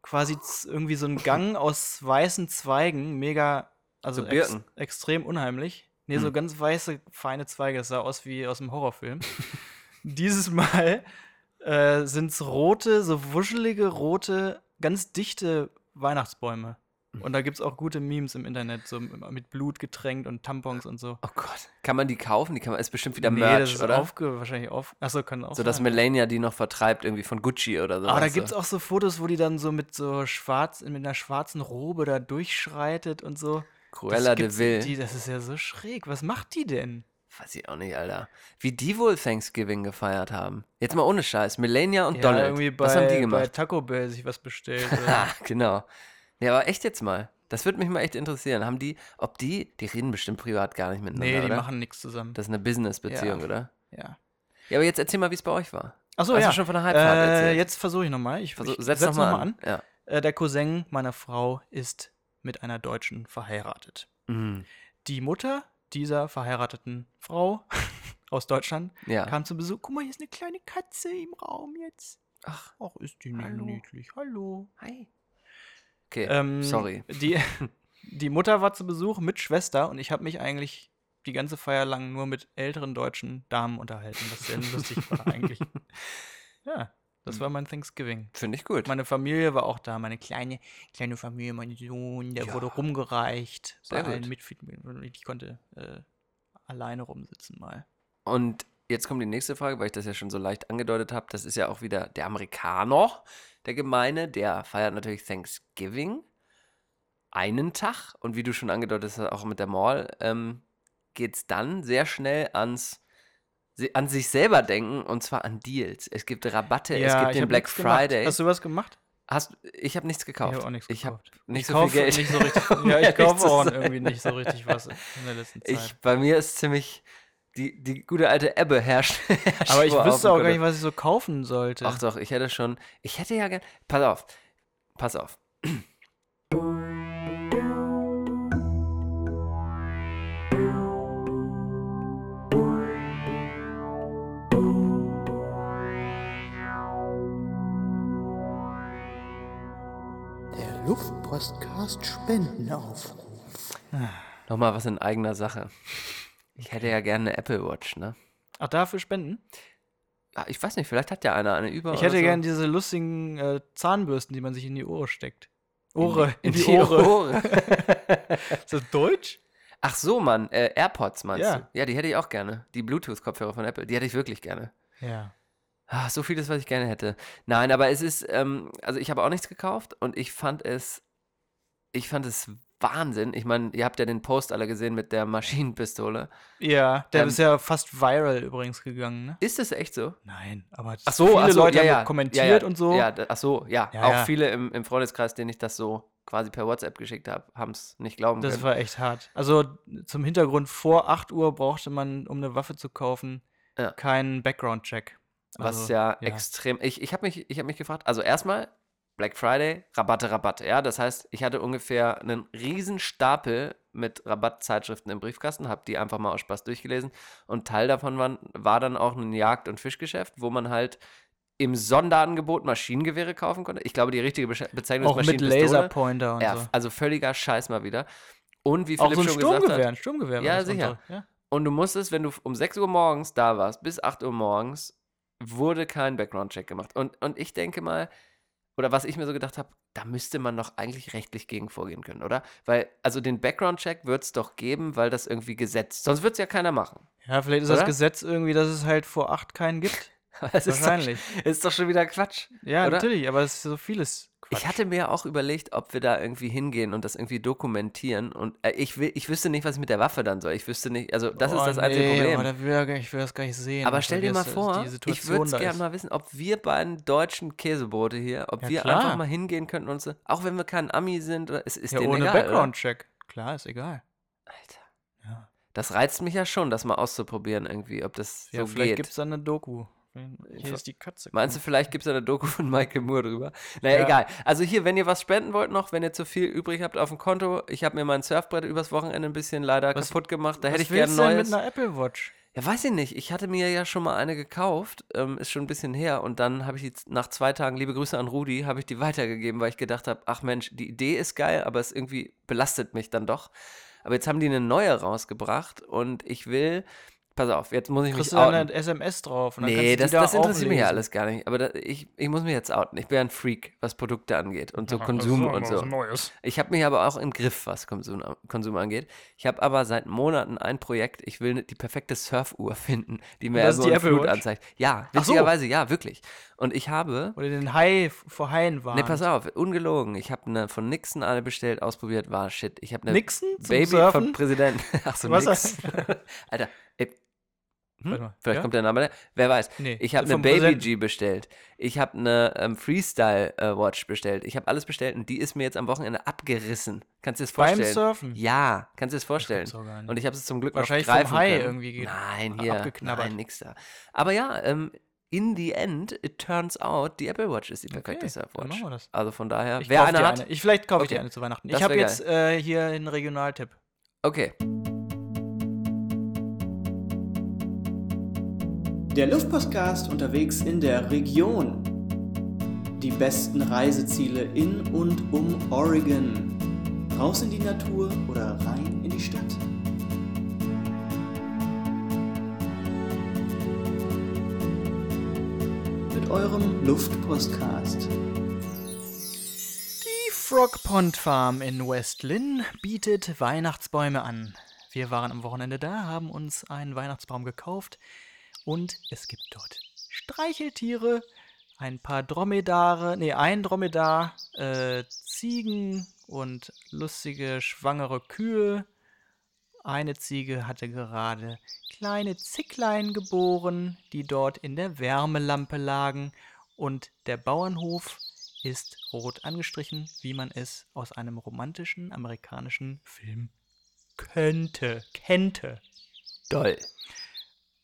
Speaker 2: quasi z- irgendwie so ein Gang aus weißen Zweigen, mega, also
Speaker 3: So
Speaker 2: ex,
Speaker 3: Birken. Hm.
Speaker 2: extrem unheimlich. Nee, so ganz weiße, feine Zweige, das sah aus wie aus einem Horrorfilm. Dieses Mal äh, sind es rote, so wuschelige, rote, ganz dichte Weihnachtsbäume.
Speaker 3: Hm.
Speaker 2: Und da gibt es auch gute Memes im Internet, so mit Blut getränkt und Tampons und so
Speaker 3: Oh Gott. Kann man die kaufen? Die kann man, ist bestimmt wieder
Speaker 2: nee,
Speaker 3: Merch,
Speaker 2: das ist
Speaker 3: oder?
Speaker 2: Aufge wahrscheinlich auf. Achso, können auch.
Speaker 3: so dass
Speaker 2: sein.
Speaker 3: Melania die noch vertreibt, irgendwie von Gucci oder so.
Speaker 2: Aber da gibt es auch so Fotos, wo die dann so mit so schwarz, mit einer schwarzen Robe da durchschreitet und so. Das
Speaker 3: Cruella de
Speaker 2: gibt's-
Speaker 3: Vil.
Speaker 2: Die, das ist ja so schräg. Was macht die denn?
Speaker 3: Weiß ich auch nicht, Alter. Wie die wohl Thanksgiving gefeiert haben. Jetzt mal ohne Scheiß. Melania und
Speaker 2: Ja,
Speaker 3: Donald.
Speaker 2: irgendwie bei,
Speaker 3: Was haben die
Speaker 2: bei
Speaker 3: gemacht?
Speaker 2: Taco Bell sich was bestellt.
Speaker 3: Ah,
Speaker 2: oder?
Speaker 3: genau. Ja, aber echt jetzt mal. Das würde mich mal echt interessieren. Haben die, ob die, die reden bestimmt privat gar nicht miteinander,
Speaker 2: nee, die
Speaker 3: oder?
Speaker 2: machen nichts zusammen.
Speaker 3: Das ist eine Business-Beziehung,
Speaker 2: Ja.
Speaker 3: oder?
Speaker 2: ja.
Speaker 3: Ja, aber jetzt erzähl mal, wie es bei euch war.
Speaker 2: Achso,
Speaker 3: Hast
Speaker 2: ja.
Speaker 3: du schon von der Halbfahrt
Speaker 2: äh,
Speaker 3: erzählt?
Speaker 2: jetzt versuche ich nochmal. Ich,
Speaker 3: Versuch,
Speaker 2: ich
Speaker 3: setz
Speaker 2: setz
Speaker 3: noch mal
Speaker 2: noch mal
Speaker 3: an. Ja.
Speaker 2: Äh, der Cousin meiner Frau ist mit einer Deutschen verheiratet.
Speaker 3: Mhm.
Speaker 2: Die Mutter dieser verheirateten Frau aus Deutschland
Speaker 3: ja.
Speaker 2: kam zu Besuch. Guck mal, hier ist eine kleine Katze im Raum jetzt. Ach, ach ist die nicht
Speaker 3: hallo.
Speaker 2: niedlich. Hallo.
Speaker 3: Hi. Okay,
Speaker 2: Ähm,
Speaker 3: sorry.
Speaker 2: Die, die Mutter war zu Besuch mit Schwester und ich habe mich eigentlich die ganze Feier lang nur mit älteren deutschen Damen unterhalten, was sehr lustig war eigentlich. Ja, das war mein Thanksgiving.
Speaker 3: Finde ich gut.
Speaker 2: Meine Familie war auch da, meine kleine, kleine Familie, mein Sohn, der
Speaker 3: Ja.
Speaker 2: wurde rumgereicht.
Speaker 3: Sehr
Speaker 2: bei allen
Speaker 3: gut.
Speaker 2: Mitfit- Ich konnte äh, alleine rumsitzen mal.
Speaker 3: Und jetzt kommt die nächste Frage, weil ich das ja schon so leicht angedeutet habe. Das ist ja auch wieder der Amerikaner, der Gemeine, der feiert natürlich Thanksgiving einen Tag. Und wie du schon angedeutet hast, auch mit der Mall, ähm, geht es dann sehr schnell ans sie- an sich selber denken und zwar an Deals. Es gibt Rabatte, es
Speaker 2: Ja,
Speaker 3: gibt
Speaker 2: ich
Speaker 3: den
Speaker 2: hab
Speaker 3: Black
Speaker 2: nichts gemacht.
Speaker 3: Friday.
Speaker 2: Hast du was gemacht?
Speaker 3: Hast, ich habe nichts gekauft.
Speaker 2: Ich habe auch nichts
Speaker 3: Ich habe
Speaker 2: gekauft.
Speaker 3: nicht
Speaker 2: Ich
Speaker 3: so
Speaker 2: kaufe
Speaker 3: viel Geld.
Speaker 2: Nicht so richtig, ja,
Speaker 3: ehrlich
Speaker 2: ich kaufe
Speaker 3: zu
Speaker 2: auch
Speaker 3: sein.
Speaker 2: irgendwie nicht so richtig was in der letzten Zeit.
Speaker 3: Ich, bei mir ist ziemlich die, die gute alte Ebbe herrscht. herrscht
Speaker 2: aber ich
Speaker 3: vor
Speaker 2: wüsste auch gar
Speaker 3: Augenkunde.
Speaker 2: nicht, was ich so kaufen sollte.
Speaker 3: Ach doch, ich hätte schon. Ich hätte ja gern. Pass auf. Pass auf.
Speaker 1: Der Luftpostcast Spendenaufruf.
Speaker 3: Nochmal was in eigener Sache. Ich hätte ja gerne eine Apple Watch, ne?
Speaker 2: Ach, dafür spenden?
Speaker 3: Ah, Ich weiß nicht, vielleicht hat ja einer eine über.
Speaker 2: Ich
Speaker 3: oder
Speaker 2: hätte
Speaker 3: so. also.
Speaker 2: gern diese lustigen äh, Zahnbürsten, die man sich in die Ohren steckt. Ohre, in die, Ohre. Ist das Deutsch?
Speaker 3: Ach so, Mann. Äh, AirPods meinst
Speaker 2: Ja.
Speaker 3: du? Ja, die hätte ich auch gerne. Die Bluetooth-Kopfhörer von Apple. Die hätte ich wirklich gerne.
Speaker 2: Ja.
Speaker 3: Ah, so vieles, was ich gerne hätte. Nein, aber es ist, ähm, also ich habe auch nichts gekauft und ich fand es, ich fand es Wahnsinn. Ich meine, ihr habt ja den Post alle gesehen mit der Maschinenpistole.
Speaker 2: Ja, der
Speaker 3: Ähm,
Speaker 2: ist ja fast viral übrigens gegangen, ne?
Speaker 3: Ist das echt so?
Speaker 2: Nein, aber
Speaker 3: Ach so,
Speaker 2: viele
Speaker 3: ach so,
Speaker 2: also Leute
Speaker 3: ja,
Speaker 2: haben
Speaker 3: ja,
Speaker 2: kommentiert
Speaker 3: ja, ja,
Speaker 2: und so.
Speaker 3: Ja, da- ach so, ja.
Speaker 2: Ja,
Speaker 3: auch
Speaker 2: ja.
Speaker 3: viele im, im Freundeskreis, denen ich das so quasi per WhatsApp geschickt habe, haben es nicht glauben
Speaker 2: Das
Speaker 3: können.
Speaker 2: war echt hart. Also zum Hintergrund, vor 8 Uhr brauchte man, um eine Waffe zu kaufen,
Speaker 3: Ja.
Speaker 2: keinen Background-Check.
Speaker 3: was
Speaker 2: Also,
Speaker 3: ja, extrem. Ich, ich habe mich, ich hab mich gefragt, also erstmal Black Friday, Rabatte, Rabatte. Ja, das heißt, ich hatte ungefähr einen riesen Stapel mit Rabattzeitschriften im Briefkasten, habe die einfach mal aus Spaß durchgelesen und Teil davon waren, war dann auch ein Jagd- und Fischgeschäft, wo man halt im Sonderangebot Maschinengewehre kaufen konnte. Ich glaube, die richtige Besche- Bezeichnung
Speaker 2: auch
Speaker 3: ist
Speaker 2: mit
Speaker 3: Maschinenpistole.
Speaker 2: Laserpointer und
Speaker 3: Ja,
Speaker 2: so.
Speaker 3: also völliger Scheiß mal wieder. Und wie
Speaker 2: Auch
Speaker 3: Philipp
Speaker 2: so ein
Speaker 3: schon gesagt
Speaker 2: Sturmgewehr,
Speaker 3: hat,
Speaker 2: ein Sturmgewehr.
Speaker 3: Ja,
Speaker 2: war das
Speaker 3: sicher.
Speaker 2: unter- Ja.
Speaker 3: und du musstest, wenn du um 6 Uhr morgens da warst, bis 8 Uhr morgens, wurde kein Background-Check gemacht. Und, und ich denke mal, oder was ich mir so gedacht habe, da müsste man doch eigentlich rechtlich gegen vorgehen können, oder? Weil, also den Background-Check wird es doch geben, weil das irgendwie gesetzt. Sonst wird es ja keiner machen.
Speaker 2: ja, vielleicht ist
Speaker 3: Oder?
Speaker 2: das Gesetz irgendwie, dass es halt vor 8 keinen gibt.
Speaker 3: Das ist doch,
Speaker 2: Wahrscheinlich.
Speaker 3: ist doch schon wieder Quatsch.
Speaker 2: Ja,
Speaker 3: Oder?
Speaker 2: natürlich, aber es ist so vieles. Quatsch.
Speaker 3: Ich hatte mir auch überlegt, ob wir da irgendwie hingehen und das irgendwie dokumentieren. Und äh, ich, will, ich wüsste nicht, was ich mit der Waffe dann soll. Ich wüsste nicht, also das ist
Speaker 2: Oh,
Speaker 3: das einzige
Speaker 2: nee,
Speaker 3: Problem.
Speaker 2: Aber da will, er gar- ich will das gar nicht sehen.
Speaker 3: Aber
Speaker 2: Ich
Speaker 3: stell dir mal
Speaker 2: vergesse, dass
Speaker 3: vor,
Speaker 2: Genau, die
Speaker 3: ich
Speaker 2: Situation
Speaker 3: würde es
Speaker 2: da
Speaker 3: gerne
Speaker 2: ist.
Speaker 3: mal wissen, ob wir beiden deutschen Käsebrote hier, ob
Speaker 2: Ja,
Speaker 3: wir
Speaker 2: klar.
Speaker 3: einfach mal hingehen könnten und so, auch wenn wir kein Ami sind, oder, es ist
Speaker 2: Ja,
Speaker 3: denen
Speaker 2: ohne
Speaker 3: egal.
Speaker 2: Background-Check. Klar, ist egal.
Speaker 3: Oder? Alter.
Speaker 2: Ja.
Speaker 3: Das reizt mich ja schon, das mal auszuprobieren irgendwie, ob das
Speaker 2: Ja,
Speaker 3: so
Speaker 2: vielleicht
Speaker 3: geht.
Speaker 2: gibt es da eine Doku. Hier
Speaker 3: Ver-
Speaker 2: ist die Katze.
Speaker 3: Meinst du, vielleicht gibt es eine Doku von Michael Moore drüber? Naja,
Speaker 2: Ja.
Speaker 3: egal. Also hier, wenn ihr was spenden wollt noch, wenn ihr zu viel übrig habt auf dem Konto, ich habe mir mein Surfbrett übers Wochenende ein bisschen leider
Speaker 2: Was-
Speaker 3: kaputt gemacht, da
Speaker 2: Was
Speaker 3: hätte ich gerne
Speaker 2: willst du denn
Speaker 3: neues.
Speaker 2: mit einer Apple Watch?
Speaker 3: Ja, weiß ich nicht. Ich hatte mir ja schon mal eine gekauft, ähm, ist schon ein bisschen her. Und dann habe ich die z- nach zwei Tagen, liebe Grüße an Rudi, habe ich die weitergegeben, weil ich gedacht habe, ach Mensch, die Idee ist geil, aber es irgendwie belastet mich dann doch. Aber jetzt haben die eine neue rausgebracht und ich will, pass auf, jetzt muss ich
Speaker 2: Kriegst du
Speaker 3: mich
Speaker 2: da
Speaker 3: outen.
Speaker 2: eine SMS drauf? Und dann kannst
Speaker 3: Nee,
Speaker 2: du die
Speaker 3: das,
Speaker 2: da
Speaker 3: das interessiert mich ja
Speaker 2: auflesen.
Speaker 3: alles gar nicht. Aber da, ich, ich muss mich jetzt outen. Ich bin ja ein Freak, was Produkte angeht und so
Speaker 2: Aha,
Speaker 3: Konsum
Speaker 2: das
Speaker 3: und
Speaker 2: ist
Speaker 3: so.
Speaker 2: auch noch was Neues.
Speaker 3: Ich habe mich aber auch im Griff, was Konsum, Konsum angeht. Ich habe aber seit Monaten ein Projekt, ich will ne, die perfekte Surfuhr finden, die mir
Speaker 2: das ist
Speaker 3: so
Speaker 2: die
Speaker 3: einen
Speaker 2: Apple
Speaker 3: Flut
Speaker 2: Watch?
Speaker 3: anzeigt. Ja,
Speaker 2: Ach so.
Speaker 3: witzigerweise, ja, wirklich. Und ich habe,
Speaker 2: Oder den Hai f- vor Haien warnt.
Speaker 3: nee, pass auf, ungelogen, ich habe eine von Nixon eine bestellt, ausprobiert, war shit. Ich habe ne eine
Speaker 2: Nixon zum
Speaker 3: Baby vom
Speaker 2: Surfen?
Speaker 3: Präsidenten. Ach so,
Speaker 2: Was?
Speaker 3: nix. Alter, ey. Hm?
Speaker 2: Warte mal,
Speaker 3: Vielleicht
Speaker 2: ja?
Speaker 3: kommt der Name, der- wer weiß.
Speaker 2: Nee,
Speaker 3: Ich habe eine
Speaker 2: vom
Speaker 3: Baby
Speaker 2: Präsidenten.
Speaker 3: G bestellt. Ich habe eine ähm, Freestyle äh, Watch bestellt. Ich habe alles bestellt und die ist mir jetzt am Wochenende abgerissen. Kannst du dir das
Speaker 2: Beim
Speaker 3: vorstellen?
Speaker 2: Surfen?
Speaker 3: Ja, kannst du dir das vorstellen?
Speaker 2: gibt's doch gar nicht.
Speaker 3: und ich habe es zum Glück
Speaker 2: Wahrscheinlich
Speaker 3: noch
Speaker 2: vom
Speaker 3: greifen
Speaker 2: Hai
Speaker 3: können.
Speaker 2: irgendwie ge-
Speaker 3: Nein, hier,
Speaker 2: abgeknabbert.
Speaker 3: Nein, nix da. Aber ja, ähm, in the end, it turns out, die Apple Watch ist die perfekte
Speaker 2: Okay, dann
Speaker 3: Surfwatch.
Speaker 2: machen wir das.
Speaker 3: Also von daher,
Speaker 2: Ich
Speaker 3: wer
Speaker 2: kauf
Speaker 3: eine
Speaker 2: dir
Speaker 3: hat,
Speaker 2: Ich, vielleicht kaufe ich
Speaker 3: Okay.
Speaker 2: dir eine zu Weihnachten.
Speaker 3: Das
Speaker 2: ich habe
Speaker 3: wär
Speaker 2: jetzt äh, hier einen Regionaltipp.
Speaker 3: okay.
Speaker 4: Der Luftpostcast unterwegs in der Region. Die besten Reiseziele in und um Oregon. Raus in die Natur oder rein in die Stadt. Mit eurem Luftpostcast.
Speaker 2: Die Frog Pond Farm in West Lynn bietet Weihnachtsbäume an. Wir waren am Wochenende da, haben uns einen Weihnachtsbaum gekauft und es gibt dort Streicheltiere, ein paar Dromedare, nee, ein Dromedar, äh, Ziegen und lustige schwangere Kühe, Eine Ziege hatte gerade kleine Zicklein geboren, die dort in der Wärmelampe lagen, und der Bauernhof ist rot angestrichen, wie man es aus einem romantischen amerikanischen Film könnte, kennte.
Speaker 3: Doll.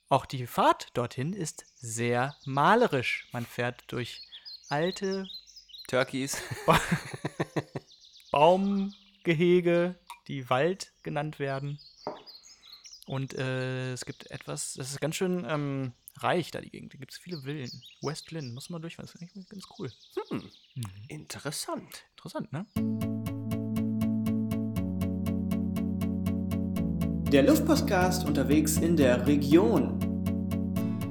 Speaker 2: Auch die Fahrt dorthin ist sehr malerisch. Man fährt durch alte
Speaker 3: Turkeys.
Speaker 2: Baumgehege, die Wald genannt werden. Und äh, es gibt etwas, das ist ganz schön ähm, reich da die Gegend. Da gibt es viele Villen. West Lynn, muss man durchfahren. Das ist eigentlich ganz cool.
Speaker 3: Interessant.
Speaker 2: Interessant, ne?
Speaker 4: Der Luftpostcast unterwegs in der Region.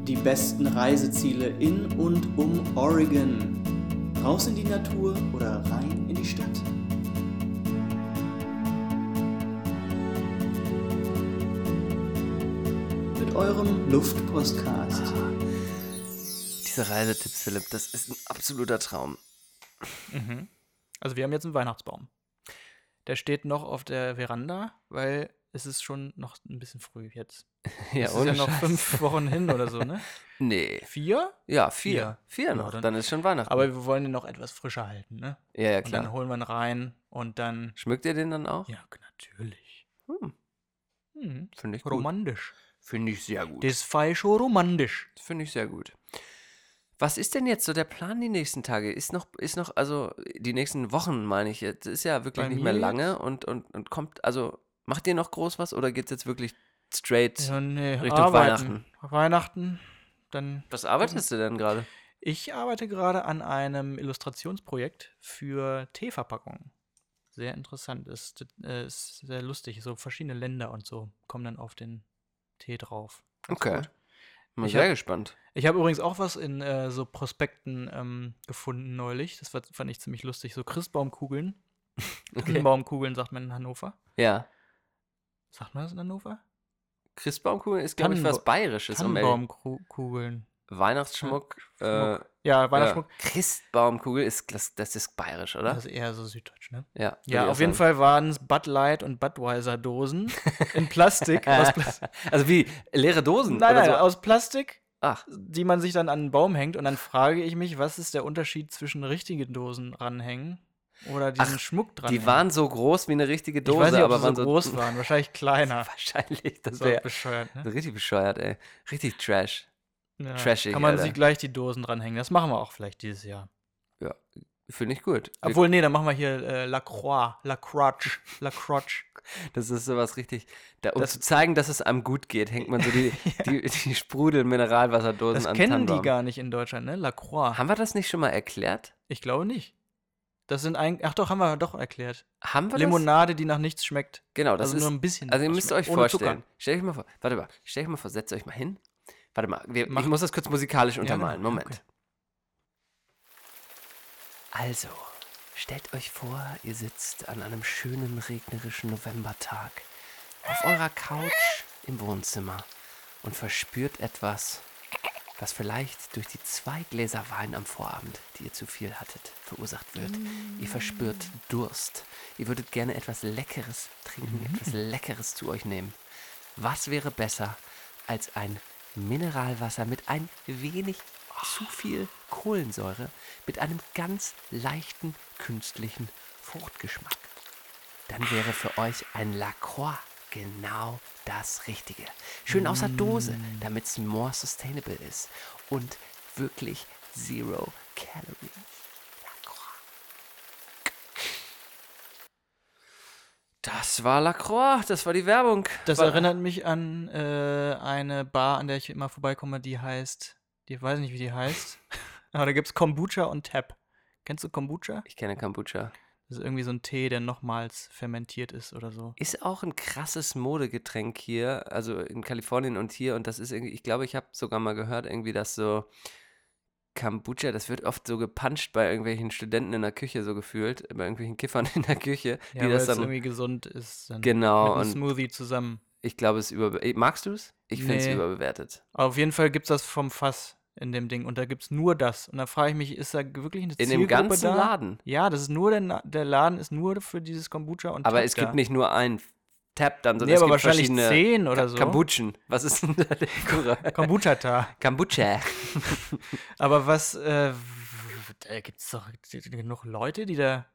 Speaker 4: Die besten Reiseziele in und um Oregon. Raus in die Natur oder rein in die Stadt. Mit eurem Luftpostcast.
Speaker 3: Diese Reisetipps, Philipp, das ist ein absoluter Traum.
Speaker 2: Also wir haben jetzt einen Weihnachtsbaum. Der steht noch auf der Veranda, weil es ist schon noch ein bisschen früh jetzt.
Speaker 3: Ja,
Speaker 2: es ist ja noch fünf Wochen hin oder so, ne?
Speaker 3: Nee.
Speaker 2: Vier?
Speaker 3: Ja, vier.
Speaker 2: Vier.
Speaker 3: Vier noch.
Speaker 2: Ja,
Speaker 3: dann,
Speaker 2: dann-
Speaker 3: ist schon Weihnachten.
Speaker 2: Aber wir wollen den noch etwas frischer halten, ne?
Speaker 3: ja, ja,
Speaker 2: Und dann
Speaker 3: klar.
Speaker 2: holen wir ihn rein und dann.
Speaker 3: Schmückt ihr den dann auch?
Speaker 2: Ja, natürlich.
Speaker 3: Hm,
Speaker 2: Hm.
Speaker 3: Finde ich gut.
Speaker 2: Romantisch.
Speaker 3: Finde ich sehr gut.
Speaker 2: Das ist falsch schon romantisch.
Speaker 3: Finde ich sehr gut. Was ist denn jetzt so der Plan die nächsten Tage? Ist noch, ist noch, also die nächsten Wochen meine ich jetzt, ist ja wirklich
Speaker 2: Bei
Speaker 3: nicht mehr
Speaker 2: mir
Speaker 3: lange und, und, und kommt, also macht ihr noch groß was oder geht's jetzt wirklich straight?
Speaker 2: Ja, nee,
Speaker 3: Richtung
Speaker 2: Weihnachten. äh, Weihnachten. Dann.
Speaker 3: Was arbeitest du denn gerade?
Speaker 2: Ich arbeite gerade an einem Illustrationsprojekt für Teeverpackungen. Sehr interessant. Ist, äh, ist sehr lustig. So verschiedene Länder und so kommen dann auf den Tee drauf.
Speaker 3: Okay.
Speaker 2: gut.
Speaker 3: Bin
Speaker 2: Ich
Speaker 3: sehr
Speaker 2: hab-
Speaker 3: gespannt.
Speaker 2: Ich habe übrigens auch was in äh, so Prospekten ähm, gefunden neulich. Das war, fand ich ziemlich lustig. So Christbaumkugeln. Christbaumkugeln sagt man in Hannover.
Speaker 3: Ja.
Speaker 2: Sagt man das in Hannover?
Speaker 3: Christbaumkugeln ist, glaube ich, was
Speaker 2: Tannenba-
Speaker 3: Bayerisches. um ehrlich-
Speaker 2: Christbaumkugeln.
Speaker 3: Weihnachtsschmuck. Äh,
Speaker 2: Ja, Weihnachtsschmuck.
Speaker 3: Ja. Christbaumkugel ist, das, das ist bayerisch, oder?
Speaker 2: Das ist eher so süddeutsch, ne?
Speaker 3: ja, würd ich
Speaker 2: Ja,
Speaker 3: auch
Speaker 2: auf jeden
Speaker 3: sagen.
Speaker 2: Fall waren es Bud Light und Budweiser Dosen in Plastik. aus, Plas
Speaker 3: Also wie leere Dosen
Speaker 2: nein,
Speaker 3: oder
Speaker 2: nein,
Speaker 3: so.
Speaker 2: aus Plastik,
Speaker 3: Ach,
Speaker 2: die man sich dann an einen Baum hängt. Und dann frage ich mich, was ist der Unterschied zwischen richtigen Dosen ranhängen oder diesen
Speaker 3: Ach,
Speaker 2: Schmuck dran?
Speaker 3: die waren so groß wie eine richtige
Speaker 2: ich
Speaker 3: Dose,
Speaker 2: weiß nicht, ob
Speaker 3: aber
Speaker 2: sie
Speaker 3: waren
Speaker 2: so groß waren, wahrscheinlich kleiner.
Speaker 3: Wahrscheinlich, das
Speaker 2: So wär,
Speaker 3: wäre
Speaker 2: bescheuert, ne?
Speaker 3: richtig bescheuert, ey. Richtig Trash.
Speaker 2: Ja.
Speaker 3: trashig,
Speaker 2: Kann man
Speaker 3: Alter.
Speaker 2: sich gleich die Dosen dranhängen. Das machen wir auch vielleicht dieses Jahr.
Speaker 3: Finde ich gut.
Speaker 2: Obwohl, nee, dann machen wir hier äh, La Croix, La Crotch, La Crotch.
Speaker 3: Das ist sowas richtig. Da, um
Speaker 2: Das-
Speaker 3: zu zeigen, dass es einem gut geht, hängt man so die, die, die Sprudel-Mineralwasserdosen
Speaker 2: Das
Speaker 3: an
Speaker 2: kennen die
Speaker 3: Tannenbaum.
Speaker 2: gar nicht in Deutschland, ne? La Croix.
Speaker 3: Haben wir das nicht schon mal erklärt?
Speaker 2: Ich glaube nicht. Das sind eigentlich, ach doch, haben wir doch erklärt.
Speaker 3: Haben wir das?
Speaker 2: Limonade, die nach nichts schmeckt.
Speaker 3: Genau, das
Speaker 2: Also
Speaker 3: ist
Speaker 2: nur ein bisschen.
Speaker 3: Also ihr
Speaker 2: was
Speaker 3: müsst euch
Speaker 2: schmeckt,
Speaker 3: vorstellen, stellt euch mal vor, warte mal, stellt euch mal vor, setzt euch mal hin. Warte mal, wir, ich
Speaker 2: Mach-
Speaker 3: muss das kurz musikalisch
Speaker 2: genau,
Speaker 3: untermalen.
Speaker 2: ja,
Speaker 3: Moment.
Speaker 2: okay.
Speaker 3: Also, stellt euch vor, ihr sitzt an einem schönen regnerischen Novembertag auf eurer Couch im Wohnzimmer und verspürt etwas, was vielleicht durch die zwei Gläser Wein am Vorabend, die ihr zu viel hattet, verursacht wird. Ihr verspürt Durst. Ihr würdet gerne etwas Leckeres trinken, etwas Leckeres zu euch nehmen. Was wäre besser als ein Mineralwasser mit ein wenig zu viel Kohlensäure, mit einem ganz leichten künstlichen Fruchtgeschmack? Dann wäre für euch ein Lacroix genau das Richtige. Schön aus der Dose, damit es more sustainable ist und wirklich zero calories. Lacroix. Das war Lacroix, das war die Werbung.
Speaker 2: Das
Speaker 3: War-
Speaker 2: erinnert mich an äh, eine Bar, an der ich immer vorbeikomme, die heißt, die weiß nicht, wie die heißt. Aber da gibt es Kombucha und Tap. Kennst du Kombucha?
Speaker 3: Ich kenne Kombucha.
Speaker 2: Das ist irgendwie so ein Tee, der nochmals fermentiert ist oder so.
Speaker 3: Ist auch ein krasses Modegetränk hier, also in Kalifornien und hier. Und das ist irgendwie, ich glaube, ich habe sogar mal gehört, irgendwie, dass so Kombucha, das wird oft so gepuncht bei irgendwelchen Studenten in der Küche, so gefühlt, bei irgendwelchen Kiffern in der Küche,
Speaker 2: Ja,
Speaker 3: die
Speaker 2: weil
Speaker 3: das
Speaker 2: es
Speaker 3: dann.
Speaker 2: irgendwie gesund ist. Dann
Speaker 3: Genau,
Speaker 2: Mit einem
Speaker 3: und-
Speaker 2: Smoothie zusammen.
Speaker 3: Ich glaube, es ist überbewertet. Magst du es? Ich finde es
Speaker 2: Nee.
Speaker 3: überbewertet.
Speaker 2: Aber auf jeden Fall gibt es das vom Fass in dem Ding. Und da gibt es nur das. Und da frage ich mich, ist da wirklich eine
Speaker 3: In
Speaker 2: Zielgruppe
Speaker 3: dem ganzen
Speaker 2: da?
Speaker 3: Laden.
Speaker 2: Ja, das ist nur der, Na- der Laden ist nur für dieses Kombucha und
Speaker 3: Aber
Speaker 2: Tap
Speaker 3: es
Speaker 2: da.
Speaker 3: gibt nicht nur ein Tab dann, sondern
Speaker 2: Nee,
Speaker 3: es
Speaker 2: aber
Speaker 3: gibt
Speaker 2: wahrscheinlich
Speaker 3: verschiedene
Speaker 2: 10 oder
Speaker 3: Ka-
Speaker 2: so.
Speaker 3: Kombuchen. Was ist denn da der Kuchen?
Speaker 2: Kombucha-Tar.
Speaker 3: Kombucha.
Speaker 2: Aber was, äh, da gibt's doch genug Leute, die da,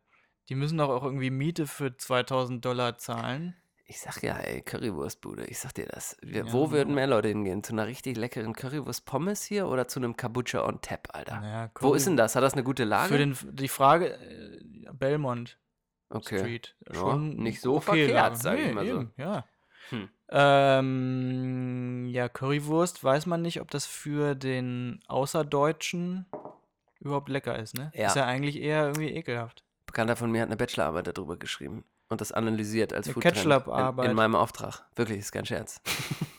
Speaker 2: die müssen doch auch irgendwie Miete für 2000 Dollar zahlen.
Speaker 3: Ich sag ja, ey, Currywurstbude, ich sag dir das. Wir,
Speaker 2: Ja,
Speaker 3: wo
Speaker 2: genau.
Speaker 3: würden mehr Leute hingehen? Zu einer richtig leckeren Currywurst-Pommes hier oder zu einem Kombucha on Tap, Alter?
Speaker 2: Naja,
Speaker 3: wo
Speaker 2: Curry-
Speaker 3: ist denn das? Hat das eine gute Lage?
Speaker 2: Für den, die Frage, äh, Belmont
Speaker 3: okay.
Speaker 2: Street.
Speaker 3: Ja, nicht so verkehrt, sag ich mal so.
Speaker 2: so. Ja.
Speaker 3: Hm.
Speaker 2: Ähm, ja, Currywurst, weiß man nicht, ob das für den Außerdeutschen überhaupt lecker ist, ne?
Speaker 3: Ja.
Speaker 2: Ist ja eigentlich eher irgendwie ekelhaft.
Speaker 3: Bekannter von mir hat eine Bachelorarbeit darüber geschrieben und das analysiert als
Speaker 2: Eine
Speaker 3: Foodtrend in,
Speaker 2: Ketchup-Arbeit.
Speaker 3: in meinem Auftrag. Wirklich, ist kein Scherz.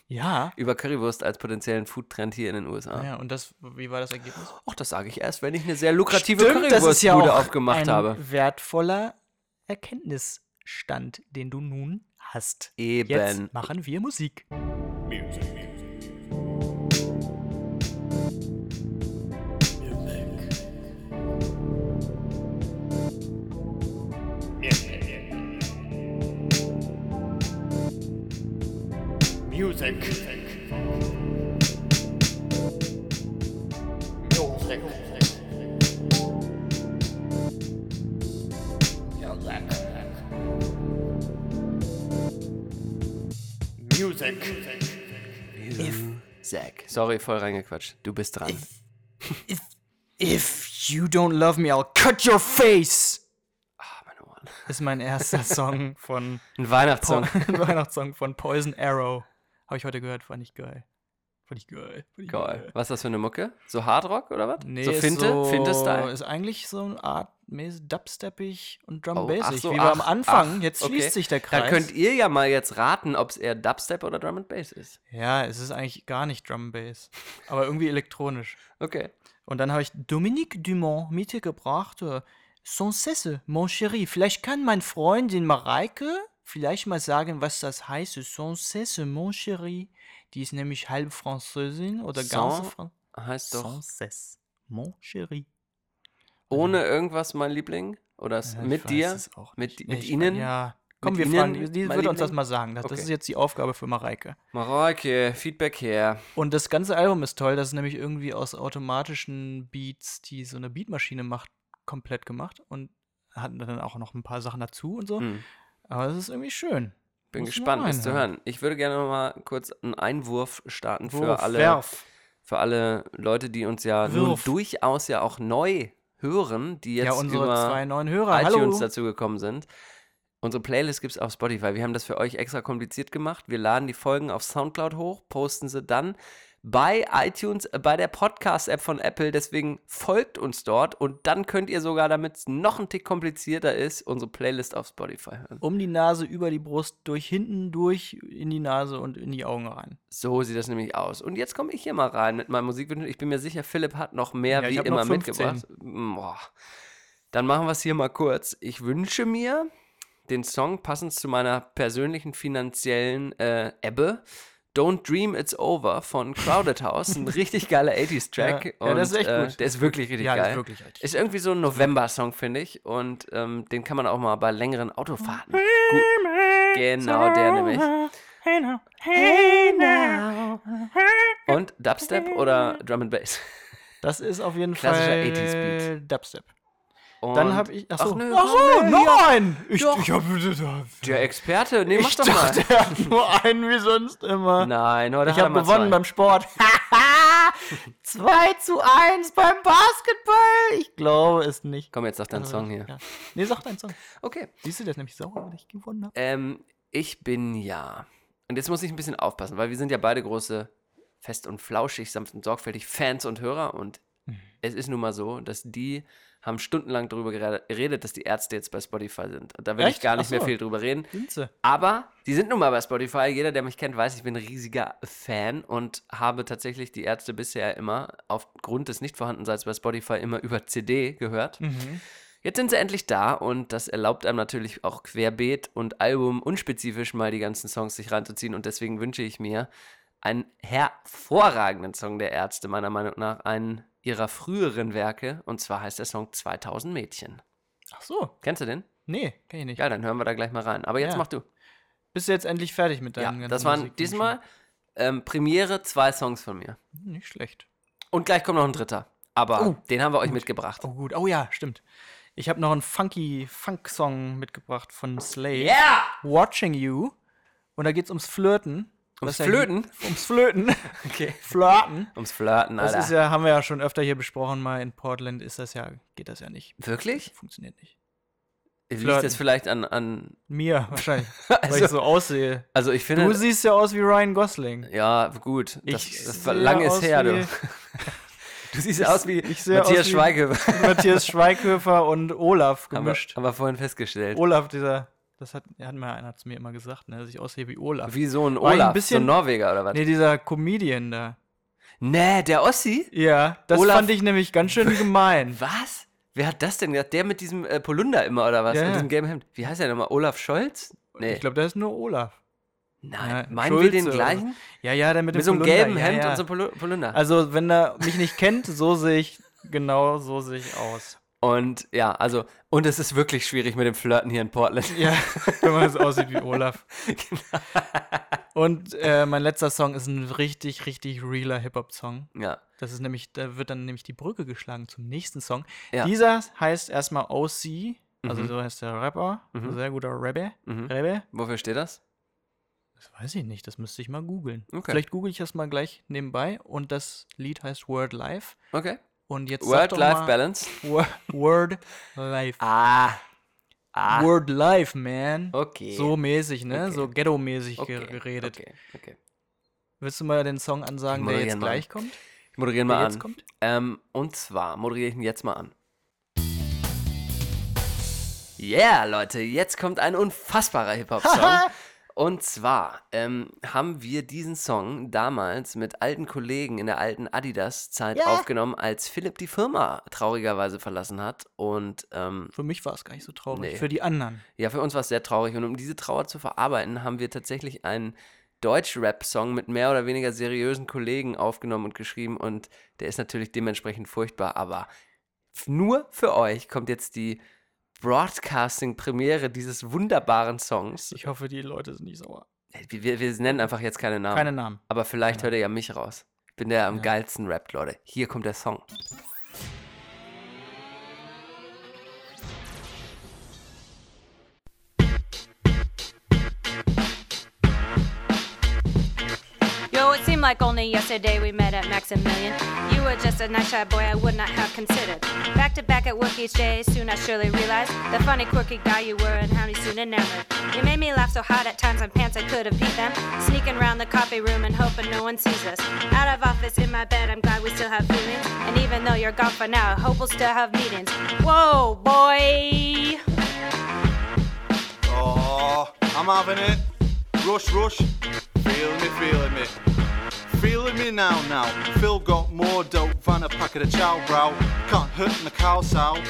Speaker 2: Ja.
Speaker 3: Über Currywurst als potenziellen Foodtrend hier in den USA.
Speaker 2: Ja, und das, wie war das Ergebnis?
Speaker 3: Och, das sage ich erst, wenn ich eine sehr lukrative
Speaker 2: Stimmt, das ist ja
Speaker 3: Currywurstbude
Speaker 2: auch
Speaker 3: aufgemacht
Speaker 2: ein
Speaker 3: habe.
Speaker 2: wertvoller Erkenntnisstand, den du nun hast.
Speaker 3: Eben.
Speaker 2: Jetzt machen wir Musik.
Speaker 5: Music. Music. Music.
Speaker 3: Zack. Sorry, voll reingequatscht. Du bist dran.
Speaker 2: If you don't love me, I'll cut your face.
Speaker 3: Ah, meine Ohren.
Speaker 2: Ist mein erster Song von
Speaker 3: Ein Weihnachtssong.
Speaker 2: ein Weihnachtssong von Poison Arrow. Habe ich heute gehört, fand ich geil. Fand ich geil. Fand ich
Speaker 3: Geil. Was ist das für eine Mucke? So Hardrock oder was?
Speaker 2: Nee,
Speaker 3: so
Speaker 2: ist
Speaker 3: Finte?
Speaker 2: so,
Speaker 3: Finte-Style.
Speaker 2: Ist eigentlich so eine Art mäßig dubsteppig und drum
Speaker 3: Oh,
Speaker 2: bassig,
Speaker 3: ach so,
Speaker 2: wie wir
Speaker 3: ach,
Speaker 2: am Anfang.
Speaker 3: ach,
Speaker 2: Jetzt
Speaker 3: okay.
Speaker 2: schließt sich der Kreis.
Speaker 3: Da könnt ihr ja mal jetzt raten, ob es eher Dubstep oder Drum and Bass ist.
Speaker 2: Ja, es ist eigentlich gar nicht Drum and Bass, aber irgendwie elektronisch.
Speaker 3: Okay.
Speaker 2: Und dann habe ich Dominique Dumont mitgebracht. äh, Sans cesse, mon chéri. Vielleicht kann mein Freundin Mareike vielleicht mal sagen, was das heißt. äh, Sans cesse, mon chéri. Die ist nämlich halb Französin oder ganze
Speaker 3: Sans-
Speaker 2: Französin.
Speaker 3: Heißt doch
Speaker 2: Sans cesse, mon chéri.
Speaker 3: ohne irgendwas, mein Liebling? Oder s-
Speaker 2: Ja, ich
Speaker 3: mit
Speaker 2: weiß
Speaker 3: dir?
Speaker 2: es auch
Speaker 3: Mit,
Speaker 2: nicht.
Speaker 3: mit
Speaker 2: Ich-
Speaker 3: ihnen?
Speaker 2: Ja. Komm,
Speaker 3: Mit
Speaker 2: wir
Speaker 3: Ihnen,
Speaker 2: fragen, die
Speaker 3: mein
Speaker 2: wird uns das
Speaker 3: Liebling?
Speaker 2: mal sagen. Das, das
Speaker 3: Okay.
Speaker 2: ist jetzt die Aufgabe für Mareike.
Speaker 3: Mareike, Feedback her.
Speaker 2: Und das ganze Album ist toll, das ist nämlich irgendwie aus automatischen Beats, die so eine Beatmaschine macht, komplett gemacht und hatten dann auch noch ein paar Sachen dazu und so.
Speaker 3: Hm.
Speaker 2: Aber es ist irgendwie schön.
Speaker 3: Bin
Speaker 2: Muss ich
Speaker 3: gespannt,
Speaker 2: mal
Speaker 3: es zu
Speaker 2: reinhören.
Speaker 3: hören. Ich würde gerne noch mal kurz einen Einwurf starten für
Speaker 2: Wurf,
Speaker 3: alle,
Speaker 2: Werf.
Speaker 3: für alle Leute, die uns ja nun
Speaker 2: Wirf.
Speaker 3: durchaus ja auch neu hören, die jetzt
Speaker 2: Ja, unsere
Speaker 3: über
Speaker 2: zwei neuen Hörer.
Speaker 3: iTunes
Speaker 2: Hallo.
Speaker 3: dazugekommen sind. Unsere Playlist gibt es auf Spotify. Wir haben das für euch extra kompliziert gemacht. Wir laden die Folgen auf Soundcloud hoch, posten sie dann bei iTunes, äh, bei der Podcast-App von Apple. Deswegen folgt uns dort und dann könnt ihr sogar, damit es noch ein Tick komplizierter ist, unsere Playlist auf Spotify hören.
Speaker 2: Um die Nase, über die Brust, durch hinten, durch, in die Nase und in die Augen rein.
Speaker 3: So sieht das nämlich aus. Und jetzt komme ich hier mal rein mit meinem Musikwunsch. Ich bin mir sicher, Philipp hat noch mehr
Speaker 2: Ja, ich
Speaker 3: wie
Speaker 2: hab noch
Speaker 3: immer
Speaker 2: 15.
Speaker 3: mitgebracht. Mm, Boah. Dann machen wir es hier mal kurz. Ich wünsche mir den Song passend zu meiner persönlichen finanziellen äh, Ebbe. Don't Dream It's Over von Crowded House. Ein richtig geiler 80s-Track.
Speaker 2: Ja, ja, das ist echt gut.
Speaker 3: äh, der ist wirklich richtig
Speaker 2: Ja,
Speaker 3: geil.
Speaker 2: das ist wirklich richtig.
Speaker 3: Ist irgendwie so ein November-Song, finde ich. Und ähm, den kann man auch mal bei längeren Autofahrten. Gut. Genau, der nämlich. Und Dubstep oder Drum and Bass?
Speaker 2: Das ist auf jeden
Speaker 3: Klassischer
Speaker 2: Fall
Speaker 3: 80s Beat.
Speaker 2: äh, Dubstep.
Speaker 3: Und
Speaker 2: Dann habe ich. Achso,
Speaker 3: Ach, nö,
Speaker 2: achso nein! Ich,
Speaker 3: Doch.
Speaker 2: ich habe.
Speaker 3: der Experte, nee, mach
Speaker 2: Ich
Speaker 3: doch mal.
Speaker 2: dachte, er hat nur einen wie sonst immer.
Speaker 3: Nein, heute
Speaker 2: ich
Speaker 3: hat er
Speaker 2: habe
Speaker 3: mal
Speaker 2: gewonnen
Speaker 3: zwei.
Speaker 2: beim Sport. 2 zu 1 beim Basketball. Ich glaube es nicht.
Speaker 3: Komm, jetzt sag deinen Song hier.
Speaker 2: Ja. Nee, sag deinen Song.
Speaker 3: Okay.
Speaker 2: Siehst du, der ist nämlich sauer, weil ich gewonnen habe.
Speaker 3: Ähm, ich bin ja. Und jetzt muss ich ein bisschen aufpassen, weil wir sind ja beide große, fest und flauschig, sanft und sorgfältig Fans und Hörer. Und
Speaker 2: Mhm.
Speaker 3: es ist nun mal so, dass die haben stundenlang darüber gerede- geredet, dass die Ärzte jetzt bei Spotify sind. Und da will ich
Speaker 2: Echt?
Speaker 3: gar nicht
Speaker 2: Ach
Speaker 3: mehr
Speaker 2: so.
Speaker 3: viel drüber reden.
Speaker 2: Dinze.
Speaker 3: Aber die sind nun mal bei Spotify. Jeder, der mich kennt, weiß, ich bin ein riesiger Fan und habe tatsächlich die Ärzte bisher immer aufgrund des Nichtvorhandenseins bei Spotify immer über CD gehört.
Speaker 2: Hm.
Speaker 3: Jetzt sind sie endlich da und das erlaubt einem natürlich auch querbeet und Album unspezifisch mal die ganzen Songs sich reinzuziehen und deswegen wünsche ich mir einen hervorragenden Song der Ärzte, meiner Meinung nach, einen ihrer früheren Werke und zwar heißt der Song 2000 Mädchen.
Speaker 2: Ach so.
Speaker 3: Kennst du den?
Speaker 2: Nee, kenn ich nicht.
Speaker 3: Ja, dann hören wir da gleich mal rein. Aber jetzt
Speaker 2: Ja.
Speaker 3: mach du.
Speaker 2: Bist du jetzt endlich fertig mit
Speaker 3: Ja,
Speaker 2: deinen ganzen
Speaker 3: das waren
Speaker 2: Musikwünschen?
Speaker 3: diesmal ähm, Premiere zwei Songs von mir.
Speaker 2: Hm, Nicht schlecht.
Speaker 3: Und gleich kommt noch ein dritter. Aber
Speaker 2: Oh,
Speaker 3: den haben wir euch mitgebracht.
Speaker 2: Oh, gut. Oh ja, stimmt. Ich habe noch einen funky Funk-Song mitgebracht von Slay.
Speaker 3: Yeah!
Speaker 2: Watching You. Und da geht's ums Flirten. Was
Speaker 3: Ums
Speaker 2: ja-
Speaker 3: Flöten?
Speaker 2: ums Flöten.
Speaker 3: Okay.
Speaker 2: Flirten.
Speaker 3: Ums Flirten,
Speaker 2: Das
Speaker 3: Alter.
Speaker 2: ist ja, haben wir ja schon öfter hier besprochen, mal in Portland ist das ja, geht das ja nicht.
Speaker 3: Wirklich?
Speaker 2: Funktioniert nicht.
Speaker 3: Liegt
Speaker 2: Flirten.
Speaker 3: das vielleicht an, an.
Speaker 2: Mir wahrscheinlich, weil ich so aussehe.
Speaker 3: Also ich finde.
Speaker 2: Du siehst ja aus wie Ryan Gosling.
Speaker 3: ja, gut. Das,
Speaker 2: Ich
Speaker 3: das war
Speaker 2: sehe
Speaker 3: lange
Speaker 2: aus
Speaker 3: ist her,
Speaker 2: wie-
Speaker 3: du. Du siehst aus wie
Speaker 2: ich sehe
Speaker 3: Matthias
Speaker 2: aus wie-
Speaker 3: Schweige.
Speaker 2: Matthias Schweighöfer und Olaf
Speaker 3: haben, wir,
Speaker 2: gemischt.
Speaker 3: haben wir vorhin festgestellt.
Speaker 2: Olaf, dieser, das hat, hat mir einer hat's mir immer gesagt, ne, dass ich aussehe wie Olaf.
Speaker 3: Wie so ein
Speaker 2: War ich ein
Speaker 3: Olaf, so
Speaker 2: bisschen-
Speaker 3: ein Norweger oder was?
Speaker 2: Nee, dieser Comedian da.
Speaker 3: Nee, der Ossi?
Speaker 2: Ja, das
Speaker 3: Olaf-
Speaker 2: fand ich nämlich ganz schön gemein.
Speaker 3: Was? Wer hat das denn gesagt? Der mit diesem äh, Polunder immer oder was?
Speaker 2: Ja,
Speaker 3: Mit
Speaker 2: ja.
Speaker 3: diesem gelben Hemd. Wie heißt der nochmal? Olaf Scholz? Nee.
Speaker 2: Ich glaube, der ist nur Olaf.
Speaker 3: Nein.
Speaker 2: Ja,
Speaker 3: Meinen wir
Speaker 2: Schulze
Speaker 3: den
Speaker 2: oder so.
Speaker 3: gleichen?
Speaker 2: Ja, ja, der mit,
Speaker 3: Mit
Speaker 2: dem
Speaker 3: so einem
Speaker 2: Polunder,
Speaker 3: gelben
Speaker 2: ja,
Speaker 3: Hemd
Speaker 2: ja.
Speaker 3: und so einem Polu- Polunder.
Speaker 2: Also, wenn er mich nicht kennt, so sehe ich, genau so sehe ich aus.
Speaker 3: und ja, also, und es ist wirklich schwierig mit dem Flirten hier in Portland.
Speaker 2: Ja, wenn man so aussieht wie Olaf. Und äh, mein letzter Song ist ein richtig, richtig realer Hip-Hop-Song.
Speaker 3: Ja.
Speaker 2: Das ist nämlich, da wird dann nämlich die Brücke geschlagen zum nächsten Song.
Speaker 3: Ja.
Speaker 2: Dieser heißt erstmal OC, also
Speaker 3: Mhm.
Speaker 2: so heißt der Rapper,
Speaker 3: Mhm.
Speaker 2: ein sehr guter Rebbe.
Speaker 3: Mhm.
Speaker 2: Rebbe.
Speaker 3: Wofür steht das?
Speaker 2: Das weiß ich nicht, das müsste ich mal googeln.
Speaker 3: Okay.
Speaker 2: Vielleicht google ich das mal gleich nebenbei und das Lied heißt Word Life.
Speaker 3: Okay.
Speaker 2: Und jetzt sag doch mal-
Speaker 3: Work-Life-Balance.
Speaker 2: Wo- Word Life.
Speaker 3: Ah. Ah.
Speaker 2: Word Life, man.
Speaker 3: Okay.
Speaker 2: So mäßig, ne? So ghetto-mäßig ge-
Speaker 3: Okay,
Speaker 2: geredet.
Speaker 3: Okay. okay.
Speaker 2: Willst du mal den Song ansagen,
Speaker 3: Ich
Speaker 2: der jetzt
Speaker 3: moderiere mal.
Speaker 2: gleich kommt?
Speaker 3: Ich moderiere
Speaker 2: Der
Speaker 3: mal
Speaker 2: jetzt
Speaker 3: an.
Speaker 2: kommt?
Speaker 3: Ähm, und zwar moderiere ich ihn jetzt mal an. Yeah, Leute, jetzt kommt ein unfassbarer Hip-Hop-Song. und zwar ähm, haben wir diesen Song damals mit alten Kollegen in der alten Adidas-Zeit aufgenommen, als Philipp die Firma traurigerweise verlassen hat. Und ähm,
Speaker 2: Für mich war es gar nicht so traurig.
Speaker 3: Nee.
Speaker 2: Für die anderen.
Speaker 3: ja, für uns war es sehr traurig. Und um diese Trauer zu verarbeiten, haben wir tatsächlich einen Deutsch-Rap-Song mit mehr oder weniger seriösen Kollegen aufgenommen und geschrieben. Und der ist natürlich dementsprechend furchtbar. Aber f- nur für euch kommt jetzt die Broadcasting-Premiere dieses wunderbaren Songs. Äh,
Speaker 2: Ich hoffe, die Leute sind nicht sauer.
Speaker 3: Wir, wir, wir nennen einfach jetzt keine Namen.
Speaker 2: Keine Namen.
Speaker 3: aber vielleicht hört ihr ja mich raus. Ich bin der am geilsten rappt, Leute. Hier kommt der Song.
Speaker 6: Yo, it seemed like only yesterday we met at Maximilian. You were just a nice shy boy I would not have considered. Back to back at work each day, soon I surely realized the funny, quirky guy you were and how you soon enamored. You made me laugh so hard at times on pants I could have beat them. Sneaking round the coffee room and hoping no one sees us. Out of office in my bed, I'm glad we still have feelings. And even though you're gone for now, I hope we'll still have meetings. Whoa, boy!
Speaker 7: Oh, I'm having it. Rush, rush. Feeling me, feeling me. Feeling me now, now. Phil got more dope than a packet of chow brow. Can't hurt my cow sow.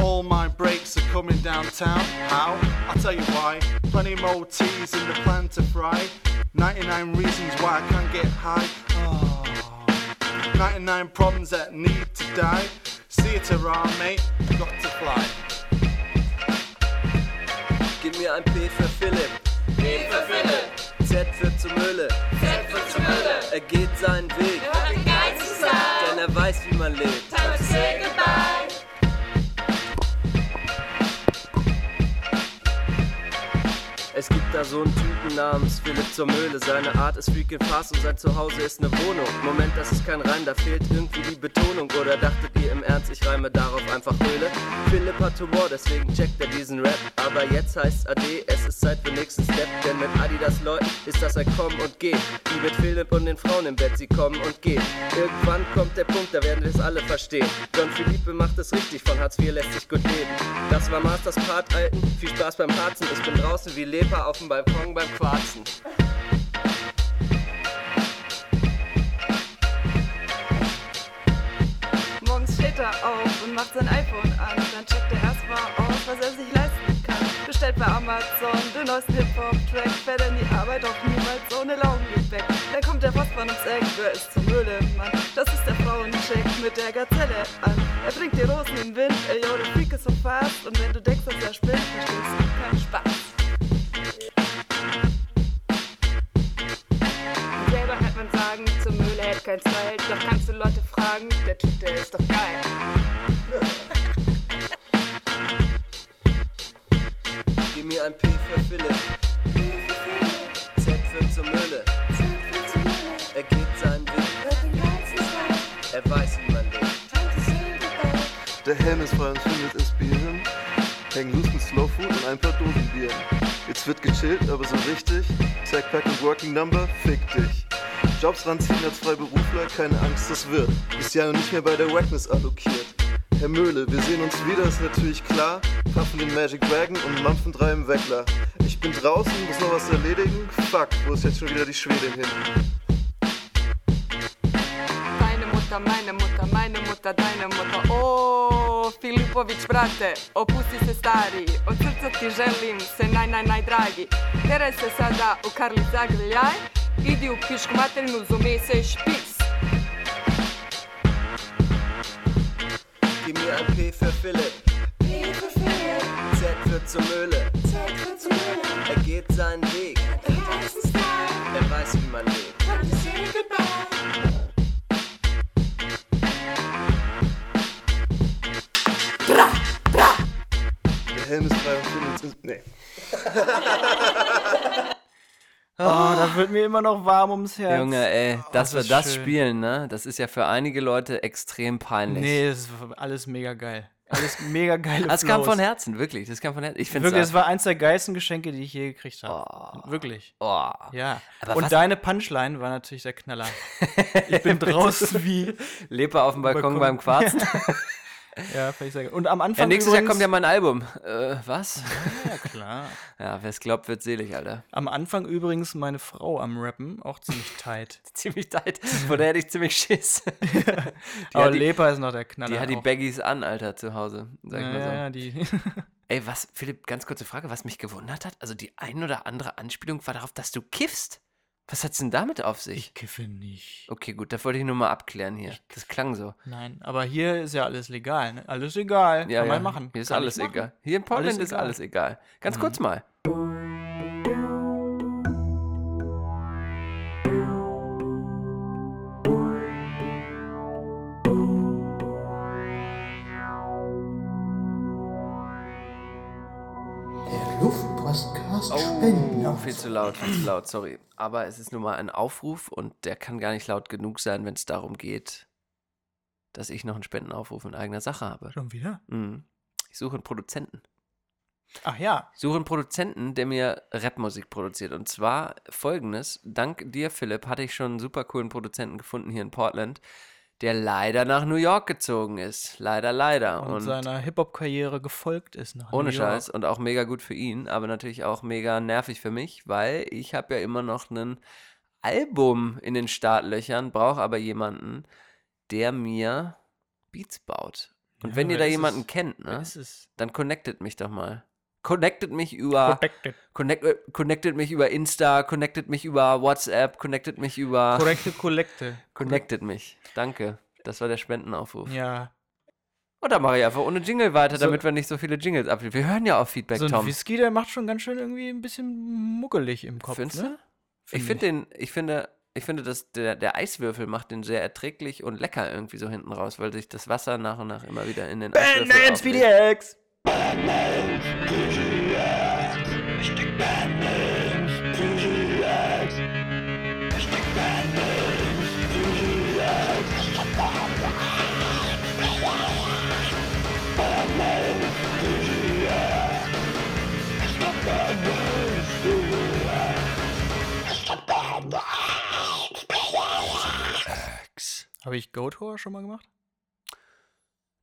Speaker 7: All my breaks are coming downtown. How? I'll tell you why. Plenty more teas in the plan to fry. 99 reasons why I can't get high. Oh. 99 problems that need to die. See you around, mate. Got to fly.
Speaker 8: Gib mir ein P für Philipp. P für Philipp. Z für zur Mülle. Z für zur Mülle. Er geht seinen Weg. Er hat den geilsten Sound. Denn er weiß, wie man lebt. Time to say goodbye. Es gibt da so einen Typen namens Philipp zur Möhle. Seine Art ist freaking fast und sein Zuhause ist eine Wohnung. Moment, das ist kein Reim, da fehlt irgendwie die Betonung. Oder dachtet ihr im Ernst, ich reime darauf einfach Höhle? Philipp hat Humor, deswegen checkt er diesen Rap. Aber jetzt heißt's AD, es ist Zeit für nächsten Step. Denn mit Adidas Leuten ist das ein Kommen und Gehen. Wie mit Philipp und den Frauen im Bett, sie kommen und gehen. Irgendwann kommt der Punkt, da werden wir es alle verstehen. Don Philippe macht es richtig, von Hartz IV lässt sich gut leben. Das war Masters Part, Alten. Viel Spaß beim Harzen. Ich bin draußen wie Leper auf dem Balkon beim Quarzen.
Speaker 9: Morgens steht er auf und macht sein iPhone an. Dann checkt er erstmal aus, was er sich leisten kann. Bestellt bei Amazon den neuesten Hip-Hop-Track. Fährt in die Arbeit auch niemals ohne Laugengebäck. Da kommt der Postmann ums Eck, wer ist zum Müllmann? Das ist der Frauencheck mit der Gazelle an. Er bringt die Rosen im Wind, ey yo, der Freak ist so fast. Und wenn du denkst, dass er spinnt, verstehst du keinen Spaß. sagen, zur Mühle hält kein Style. Doch kannst du Leute fragen, der Typ, der ist doch geil.
Speaker 8: Gib mir ein P für Philipp. Z für zur Mühle. Er geht seinen Weg. Er weiß, wie man lebt.
Speaker 10: Der Helm ist frei und findet inspirieren. Hängen los mit Slow Food und ein paar Dosenbier. Jetzt wird gechillt, aber so richtig. Zack, Pack und Working Number, fick dich. Jobs ranziehen als Freiberufler, keine Angst, das wird. Ist ja noch nicht mehr bei der Wackness allokiert. Herr Möhle, wir sehen uns wieder, ist natürlich klar. Paffen den Magic Wagon und mampfen drei im Weckler. Ich bin draußen, muss noch was erledigen. Fuck, wo ist jetzt schon wieder die Schwedin hin?
Speaker 9: Deine Mutter, meine Mutter, meine Mutter, deine Mutter. O, Filipović, brate, opusti se stari, od srca ti želim se naj, naj, naj, dragi. Teraj se sada u Karli zagrljaj, idi u pišku materinu, zume se i špis.
Speaker 8: Gib mir ein P für Philipp. Z für zur Mühle. Er geht seinen Weg. Er weiß, wie man lebt.
Speaker 10: Der Helm ist frei und findet ins... Nee.
Speaker 2: Oh, da wird mir immer noch warm ums Herz.
Speaker 3: Äh, Junge, ey, dass
Speaker 2: Oh, das
Speaker 3: wir das
Speaker 2: ist schön.
Speaker 3: spielen, ne? Das ist ja für einige Leute extrem peinlich.
Speaker 2: Nee, das war alles mega geil. Alles mega geile
Speaker 3: das kam
Speaker 2: Flows.
Speaker 3: von Herzen, wirklich. Das kam von Herzen. Ich finde
Speaker 2: Wirklich, das war eins der geilsten Geschenke, die ich je gekriegt habe. Wirklich.
Speaker 3: Oh.
Speaker 2: Ja.
Speaker 3: Aber was-
Speaker 2: Und deine Punchline war natürlich der Knaller. Ich bin draußen wie.
Speaker 3: Leper Oh, auf dem Balkon,
Speaker 2: Balkon.
Speaker 3: beim Quarzen.
Speaker 2: Ja, fand ich sehr geil. Und am Anfang.
Speaker 3: Ja, nächstes Jahr
Speaker 2: übrigens-
Speaker 3: kommt ja mein Album. Äh, was?
Speaker 2: Ja, klar.
Speaker 3: Ja, wer's glaubt, wird selig, Alter.
Speaker 2: Am Anfang übrigens meine Frau am Rappen, auch ziemlich tight.
Speaker 3: Ziemlich tight. Von der hätte ich ziemlich Schiss. die
Speaker 2: Aber
Speaker 3: hat die,
Speaker 2: Lepa ist noch der Knaller.
Speaker 3: die, hat die
Speaker 2: auch.
Speaker 3: Baggies an, Alter, zu Hause. Sag ich
Speaker 2: Ja,
Speaker 3: mal so.
Speaker 2: ja, ja, die.
Speaker 3: Ey, was, Philipp, ganz kurze Frage, was mich gewundert hat, also die ein oder andere Anspielung war darauf, dass du kiffst. Was hat's denn damit auf sich?
Speaker 2: Ich kiffe nicht.
Speaker 3: Okay, gut, das wollte ich nur mal abklären hier. Das klang so.
Speaker 2: Nein, aber hier ist ja alles legal. Ne? Alles egal.
Speaker 3: Ja,
Speaker 2: Kann
Speaker 3: ja.
Speaker 2: man machen.
Speaker 3: Hier ist
Speaker 2: Kann
Speaker 3: alles
Speaker 2: ich machen.
Speaker 3: egal. Hier in Portland
Speaker 2: Alles
Speaker 3: ist
Speaker 2: egal. Mhm.
Speaker 3: alles egal. Ganz kurz mal.
Speaker 1: Der Luftpostcast
Speaker 3: Oh,
Speaker 1: Spendenaufruf.
Speaker 3: viel zu laut, viel zu laut, sorry. Aber es ist nun mal ein Aufruf und der kann gar nicht laut genug sein, wenn es darum geht, dass ich noch einen Spendenaufruf in eigener Sache habe.
Speaker 2: Schon wieder?
Speaker 3: Mhm. Ich suche einen Produzenten.
Speaker 2: Ach ja.
Speaker 3: Ich suche einen Produzenten, der mir Rapmusik produziert. Und zwar folgendes: Dank dir, Philipp, hatte ich schon einen super coolen Produzenten gefunden hier in Portland, der leider nach New York gezogen ist. Leider, leider.
Speaker 2: Und, seiner Hip-Hop-Karriere gefolgt ist nach
Speaker 3: Ohne
Speaker 2: New York.
Speaker 3: Scheiß und auch mega gut für ihn, aber natürlich auch mega nervig für mich, weil ich habe ja immer noch ein Album in den Startlöchern, brauche aber jemanden, der mir Beats baut. Und
Speaker 2: Ja,
Speaker 3: wenn ihr
Speaker 2: wer
Speaker 3: da
Speaker 2: ist
Speaker 3: jemanden
Speaker 2: es?
Speaker 3: kennt,
Speaker 2: Wer
Speaker 3: ne,
Speaker 2: ist es?
Speaker 3: dann connectet mich doch mal. Connectet mich über
Speaker 2: Corrected.
Speaker 3: connect, äh, connectet mich über Insta, connectet mich über WhatsApp, connectet mich über
Speaker 2: Korrekte Kollekte.
Speaker 3: connectet mich. Danke. Das war der Spendenaufruf.
Speaker 2: Ja.
Speaker 3: Und da mache ich einfach ohne Jingle weiter,
Speaker 2: So-
Speaker 3: damit wir nicht so viele Jingles abliefern. Wir hören ja auf Feedback,
Speaker 2: So ein
Speaker 3: Tom.
Speaker 2: Whisky, der macht schon ganz schön irgendwie ein bisschen muckelig im Kopf.
Speaker 3: Findest
Speaker 2: Ne?
Speaker 3: du? Ich
Speaker 2: Find
Speaker 3: finde den, ich finde, ich finde, dass der, der Eiswürfel macht den sehr erträglich und lecker irgendwie so hinten raus, weil sich das Wasser nach und nach immer wieder in den Eiswürfel auflöst.
Speaker 2: PDX! Habe ich Goat-Horror schon mal gemacht?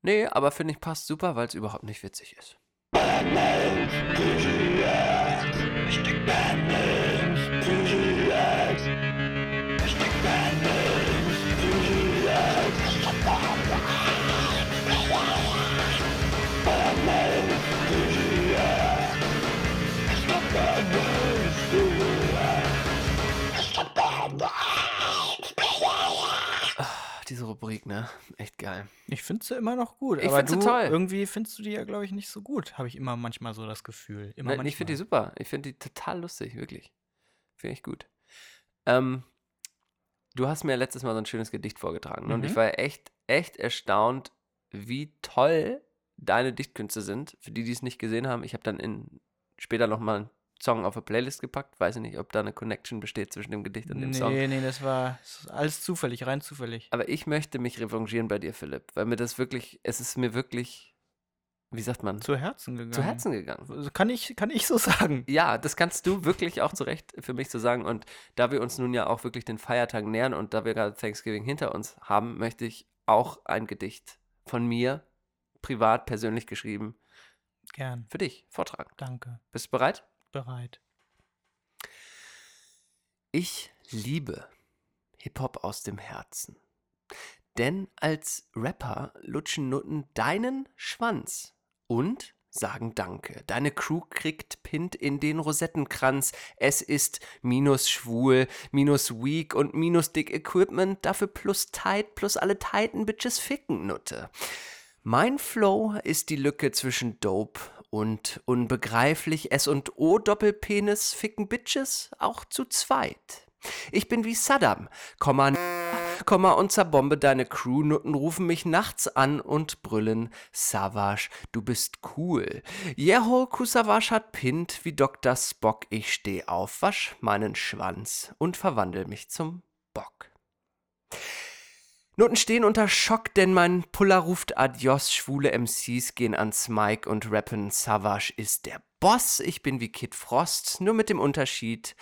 Speaker 3: Nee, aber finde ich passt super, weil es überhaupt nicht witzig ist. Ah, Ah, Diese Rubrik, ne? Echt geil.
Speaker 2: Ich finde sie immer noch gut.
Speaker 3: Ich
Speaker 2: aber
Speaker 3: find sie
Speaker 2: du,
Speaker 3: toll.
Speaker 2: Irgendwie findest du die ja, glaube ich, nicht so gut. Habe ich immer manchmal so das Gefühl. Immer
Speaker 3: Nein,
Speaker 2: manchmal.
Speaker 3: Ne, ich finde die super. Ich finde die total lustig, wirklich. Finde ich gut. Ähm, du hast mir letztes Mal so ein schönes Gedicht vorgetragen. ne? Und
Speaker 2: Mhm.
Speaker 3: ich war echt, echt erstaunt, wie toll deine Dichtkünste sind. Für die, die es nicht gesehen haben, ich habe dann in, später nochmal einen Song auf eine Playlist gepackt. Weiß ich nicht, ob da eine Connection besteht zwischen dem Gedicht und dem
Speaker 2: nee,
Speaker 3: Song.
Speaker 2: nee, das war das ist alles zufällig, rein zufällig.
Speaker 3: Aber ich möchte mich revanchieren bei dir, Philipp, weil mir das wirklich, es ist mir wirklich, wie sagt man,
Speaker 2: Zu Herzen gegangen.
Speaker 3: zu Herzen gegangen.
Speaker 2: Also Kann ich, kann ich so sagen.
Speaker 3: Ja, das kannst du wirklich auch zu Recht für mich zu sagen. Und da wir uns nun ja auch wirklich den Feiertagen nähern und da wir gerade Thanksgiving hinter uns haben, möchte ich auch ein Gedicht von mir, privat, persönlich geschrieben,
Speaker 2: Gern.
Speaker 3: für dich vortragen.
Speaker 2: Danke.
Speaker 3: Bist du bereit?
Speaker 2: Bereit.
Speaker 3: Ich liebe Hip-Hop aus dem Herzen. Denn als Rapper lutschen Nutten deinen Schwanz und sagen Danke. Deine Crew kriegt Pint in den Rosettenkranz. Es ist minus schwul, minus weak und minus dick Equipment, dafür plus tight, plus alle tighten Bitches ficken Nutte. Mein Flow ist die Lücke zwischen Dope und unbegreiflich S und O Doppelpenis ficken Bitches auch zu zweit. Ich bin wie Saddam, Komma, n- Komma und zerbombe deine Crew. Nutten rufen mich nachts an und brüllen: Savage, du bist cool. Yeho Kusavage hat Pint wie Dr. Spock. Ich steh auf, wasch meinen Schwanz und verwandel mich zum Bock. Noten stehen unter Schock, denn mein Puller ruft Adios. Schwule MCs gehen ans Mike und rappen. Savage ist der Boss. Ich bin wie Kid Frost, nur mit dem Unterschied.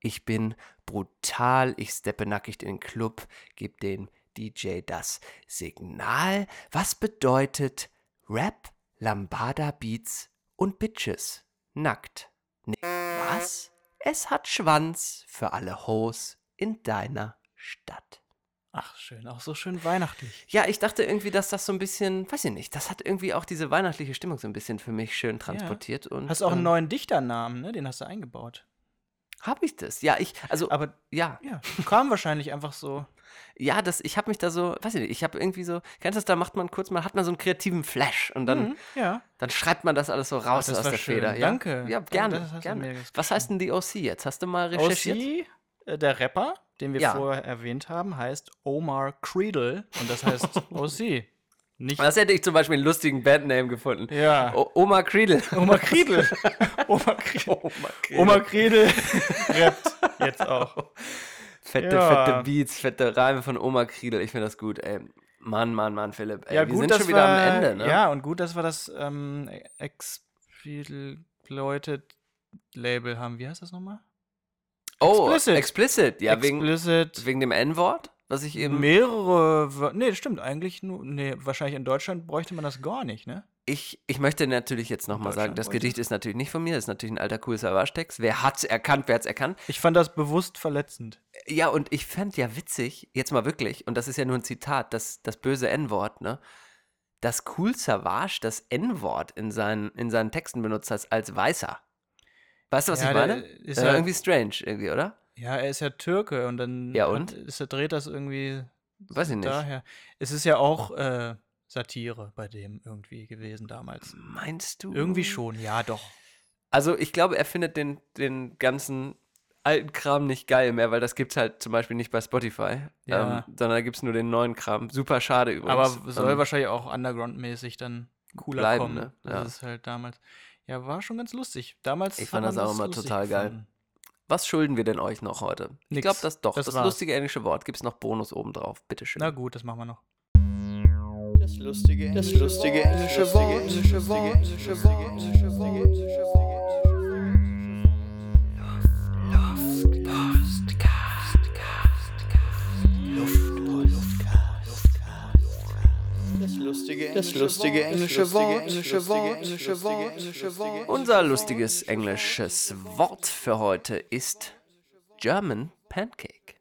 Speaker 3: Ich bin brutal. Ich steppe nackig in den Club, geb dem DJ das Signal. Was bedeutet Rap, Lambada Beats und Bitches? Nackt. Nee, was? Es hat Schwanz für alle Hoes in deiner Stadt.
Speaker 2: Ach, schön. Auch so schön weihnachtlich.
Speaker 3: Ja, ich dachte irgendwie, dass das so ein bisschen, weiß ich nicht, das hat irgendwie auch diese weihnachtliche Stimmung so ein bisschen für mich schön transportiert. Und,
Speaker 2: Hast auch einen
Speaker 3: ähm,
Speaker 2: neuen Dichternamen, ne? Den hast du eingebaut.
Speaker 3: Hab ich das? Ja, ich, also,
Speaker 2: Aber
Speaker 3: ja,
Speaker 2: ja, kam wahrscheinlich einfach so.
Speaker 3: ja, das, ich habe mich da so, weiß ich nicht, ich habe irgendwie so, kennst du das, da macht man kurz mal, hat man so einen kreativen Flash und dann,
Speaker 2: Mhm, ja.
Speaker 3: dann schreibt man das alles so raus
Speaker 2: das
Speaker 3: aus
Speaker 2: war
Speaker 3: der
Speaker 2: schön.
Speaker 3: Feder. Ja?
Speaker 2: Danke.
Speaker 3: Ja,
Speaker 2: Danke,
Speaker 3: gerne,
Speaker 2: das hast du mir
Speaker 3: gerne.
Speaker 2: jetzt
Speaker 3: Was heißt denn die OC jetzt? Hast du mal recherchiert?
Speaker 2: OC, äh, der Rapper, den wir
Speaker 3: Ja.
Speaker 2: vorher erwähnt haben, heißt Omar Creedle. Und das
Speaker 3: Oh.
Speaker 2: heißt OC. Nicht
Speaker 3: Das hätte ich zum Beispiel einen lustigen Bandname gefunden.
Speaker 2: Ja.
Speaker 3: O Oma Creedle.
Speaker 2: Oma Kriedel. Oma Kriedel. Oma Kriedel rappt jetzt auch.
Speaker 3: Fette,
Speaker 2: Ja.
Speaker 3: fette Beats, fette Reime von Oma Kriedel. Ich finde das gut, ey. Mann, Mann, Mann, Philipp. Ey, wir sind schon wieder
Speaker 2: wir-
Speaker 3: am Ende, ne?
Speaker 2: Ja, und gut, dass wir das ähm, Explicit Label haben. Wie heißt das nochmal?
Speaker 3: oh,
Speaker 2: explicit.
Speaker 3: explicit. Ja,
Speaker 2: Explicit.
Speaker 3: wegen, wegen dem N-Wort, was ich eben.
Speaker 2: mehrere Wör Nee, stimmt, eigentlich nur. Nee, wahrscheinlich in Deutschland bräuchte man das gar nicht, ne?
Speaker 3: Ich, ich möchte natürlich jetzt nochmal sagen,
Speaker 2: Deutschland
Speaker 3: das
Speaker 2: wollte.
Speaker 3: Gedicht ist natürlich nicht von mir, das ist natürlich ein alter cool Savage-Text. Wer hat's erkannt, wer hat's erkannt?
Speaker 2: Ich fand das bewusst verletzend.
Speaker 3: Ja, und ich fand ja witzig, jetzt mal wirklich, und das ist ja nur ein Zitat, das, das böse N-Wort, ne? Dass Cool Savage das N-Wort in seinen, in seinen Texten benutzt hat als Weißer. Weißt du, was
Speaker 2: Ja,
Speaker 3: ich
Speaker 2: der
Speaker 3: meine?
Speaker 2: ist halt
Speaker 3: Ist ja
Speaker 2: ja-
Speaker 3: irgendwie strange, irgendwie, oder?
Speaker 2: Ja, er ist ja Türke und dann
Speaker 3: Ja,
Speaker 2: hat-
Speaker 3: und?
Speaker 2: Ist, er dreht das irgendwie
Speaker 3: Weiß ich nicht.
Speaker 2: daher. Es ist ja auch äh, Satire bei dem irgendwie gewesen damals.
Speaker 3: Meinst du?
Speaker 2: Irgendwie schon, ja, doch.
Speaker 3: Also ich glaube, er findet den, den ganzen alten Kram nicht geil mehr, weil das gibt's halt zum Beispiel nicht bei Spotify,
Speaker 2: Ja.
Speaker 3: ähm, sondern da gibt's nur den neuen Kram. Super schade übrigens.
Speaker 2: Aber soll
Speaker 3: Ähm,
Speaker 2: wahrscheinlich auch Underground-mäßig dann cooler
Speaker 3: bleiben,
Speaker 2: kommen.
Speaker 3: ne? Ja.
Speaker 2: Das ist halt damals. Ja, war schon ganz lustig. Damals.
Speaker 3: Ich
Speaker 2: hat
Speaker 3: fand das
Speaker 2: man
Speaker 3: auch immer
Speaker 2: lustig
Speaker 3: total geil.
Speaker 2: gefunden.
Speaker 3: Was schulden wir denn euch noch heute? Ich
Speaker 2: Nix.
Speaker 3: glaube, das doch.
Speaker 2: Das
Speaker 3: Das,
Speaker 2: war's.
Speaker 3: lustige englische Wort gibt's noch Bonus obendrauf. Bitteschön.
Speaker 2: Na gut, das machen wir noch.
Speaker 4: Das lustige, das lustige englische Wort. Englische Wort. Englische Wort. Englische Wort. Englische Wort. Das lustige englische Wort. Englische Wort. Englische Wort. Englische Wort.
Speaker 3: Unser lustiges englisches Wort für heute ist German Pancake.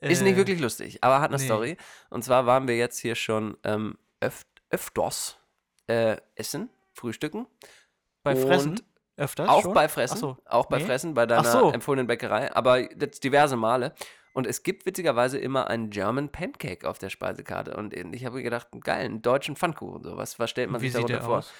Speaker 3: Ist
Speaker 2: Äh,
Speaker 3: nicht wirklich lustig, aber hat eine
Speaker 2: nee.
Speaker 3: Story. Und zwar waren wir jetzt hier schon ähm, öf öfters äh, essen, frühstücken.
Speaker 2: Bei
Speaker 3: Und
Speaker 2: Fressen öfters.
Speaker 3: Auch
Speaker 2: schon?
Speaker 3: bei Fressen.
Speaker 2: Ach so.
Speaker 3: Auch bei
Speaker 2: Nee.
Speaker 3: Fressen, bei deiner
Speaker 2: Ach so.
Speaker 3: empfohlenen Bäckerei, aber jetzt diverse Male. Und es gibt witzigerweise immer einen German Pancake auf der Speisekarte. Und ich habe mir gedacht, geil, einen deutschen Pfannkuchen. So, was, was stellt man
Speaker 2: Wie
Speaker 3: sich
Speaker 2: sieht
Speaker 3: darunter
Speaker 2: der
Speaker 3: vor?
Speaker 2: aus?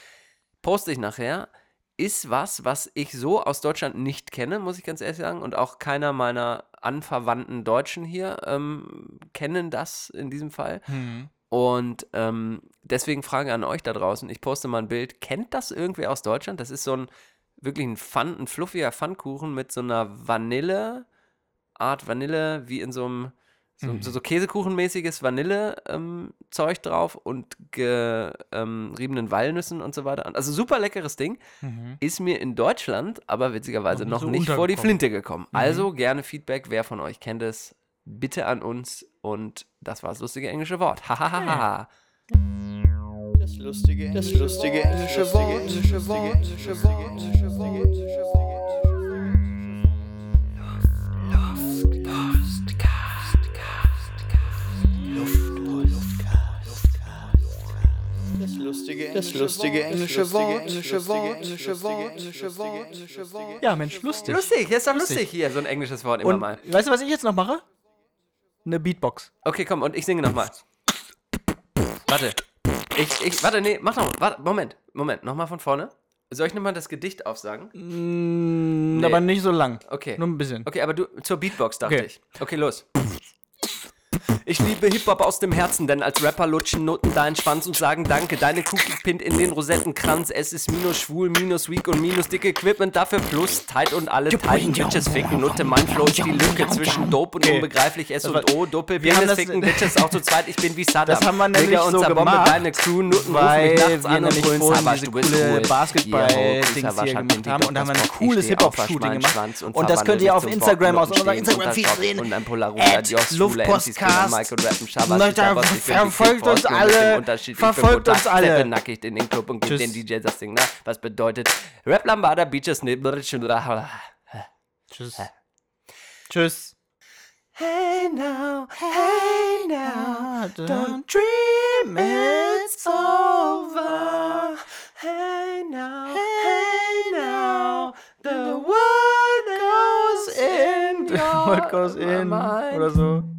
Speaker 3: Poste ich nachher. ist was, was ich so aus Deutschland nicht kenne, muss ich ganz ehrlich sagen. Und auch keiner meiner anverwandten Deutschen hier ähm, kennen das in diesem Fall.
Speaker 2: Hm.
Speaker 3: Und ähm, deswegen Frage an euch da draußen. Ich poste mal ein Bild. Kennt das irgendwer aus Deutschland? Das ist so ein wirklich ein, Pfann, ein fluffiger Pfannkuchen mit so einer Vanille, Art Vanille, wie in so einem so,
Speaker 2: Mhm.
Speaker 3: so, so Käsekuchenmäßiges Vanille-Zeug drauf und geriebenen Walnüssen und so weiter. Also super leckeres Ding.
Speaker 2: Mhm.
Speaker 3: Ist mir in Deutschland aber witzigerweise
Speaker 2: Noch
Speaker 3: noch
Speaker 2: nicht so
Speaker 3: nicht vor die
Speaker 2: untergekommen. Mhm.
Speaker 3: Flinte gekommen. Also gerne Feedback, wer von euch kennt es, bitte an uns. Und das war das lustige englische Wort. Hahaha.
Speaker 5: Das lustige, das lustige englische Wort. Englische Wort. Englische Wort. Englische Wort. Englische Wort. Das lustige, das lustige englische Wort. Englische Wort. Englische Wort. Englische Wort. Englische Wort.
Speaker 2: Ja, Mensch, lustig.
Speaker 3: lustig, das ist doch lustig.
Speaker 2: Lustig.
Speaker 3: hier, so ein englisches Wort immer
Speaker 2: Und
Speaker 3: mal.
Speaker 2: weißt du, was ich jetzt noch mache? Eine Beatbox.
Speaker 3: Okay, komm, und ich singe nochmal. Warte. Ich, ich, warte, nee, mach noch, warte, Moment, Moment, nochmal von vorne. Soll ich nochmal das Gedicht aufsagen?
Speaker 2: Mm,
Speaker 3: Nee.
Speaker 2: Aber nicht so lang.
Speaker 3: Okay.
Speaker 2: Nur ein bisschen.
Speaker 3: Okay, aber du zur Beatbox dachte
Speaker 2: Okay.
Speaker 3: ich. Okay, los. Ich liebe Hip-Hop aus dem Herzen, denn als Rapper lutschen Noten deinen Schwanz und sagen Danke. Deine Kugel pinnt in den Rosettenkranz. Es ist minus schwul, minus weak und minus dick Equipment. Dafür plus tight und alle tighten Bitches ficken. Nutte, mein Flow ist die Lücke zwischen Dope und
Speaker 2: Okay.
Speaker 3: unbegreiflich. S
Speaker 2: Das
Speaker 3: und
Speaker 2: war-
Speaker 3: O, Doppel,
Speaker 2: Wir haben
Speaker 3: Penis
Speaker 2: das-
Speaker 3: ficken Bitches auch zu zweit. Ich bin wie Saddam.
Speaker 2: Das haben wir nämlich
Speaker 3: Digga, und
Speaker 2: so
Speaker 3: zerbombe
Speaker 2: gemacht,
Speaker 3: deine Crew. Nutten rufen
Speaker 2: weil
Speaker 3: mich nachts
Speaker 2: wir
Speaker 3: an und
Speaker 2: nämlich
Speaker 3: brüllen
Speaker 2: vorhin
Speaker 3: Savas,
Speaker 2: diese
Speaker 3: du bist
Speaker 2: coole
Speaker 3: cool. Yo,
Speaker 2: Basketball-Dings
Speaker 3: Savas,
Speaker 2: hier
Speaker 3: hab
Speaker 2: gemacht
Speaker 3: den
Speaker 2: haben und da haben wir ein
Speaker 3: Doppers Bock. Ich
Speaker 2: cooles
Speaker 3: steh auf, wasch
Speaker 2: Hip-Hop-Shooting
Speaker 3: meinen
Speaker 2: gemacht.
Speaker 3: Schwanz
Speaker 2: Und, das
Speaker 3: verwandle
Speaker 2: könnt ihr
Speaker 3: mich
Speaker 2: auf
Speaker 3: zum
Speaker 2: Instagram aus
Speaker 3: Fortnutten
Speaker 2: unserer
Speaker 3: stehen unter Schock
Speaker 2: Instagram-Feed
Speaker 3: Und
Speaker 2: sehen.
Speaker 3: ein Polaroid,
Speaker 2: At
Speaker 3: Jos, schwule MCs, Killer,
Speaker 2: Luftpostcast.
Speaker 3: Mike und Rappen, Schabas,
Speaker 2: Leute,
Speaker 3: Schabas, ich bin
Speaker 2: verfolgt
Speaker 3: Big Four,
Speaker 2: uns
Speaker 3: Slim,
Speaker 2: alle.
Speaker 3: Dick, Unterschied, ich bin
Speaker 2: Verfolgt
Speaker 3: Kodak,
Speaker 2: uns alle.
Speaker 3: steppe nackig in den Club und gib
Speaker 2: Tschüss.
Speaker 3: den DJ das Ding nach. Was bedeutet Rap Lambada, Beaches, Nibblitsch und Rahala.
Speaker 2: Tschüss. Tschüss.
Speaker 3: Hey now, hey now, don't dream it's over. Hey now, hey now, the world goes in.
Speaker 2: The world goes in. Oder so.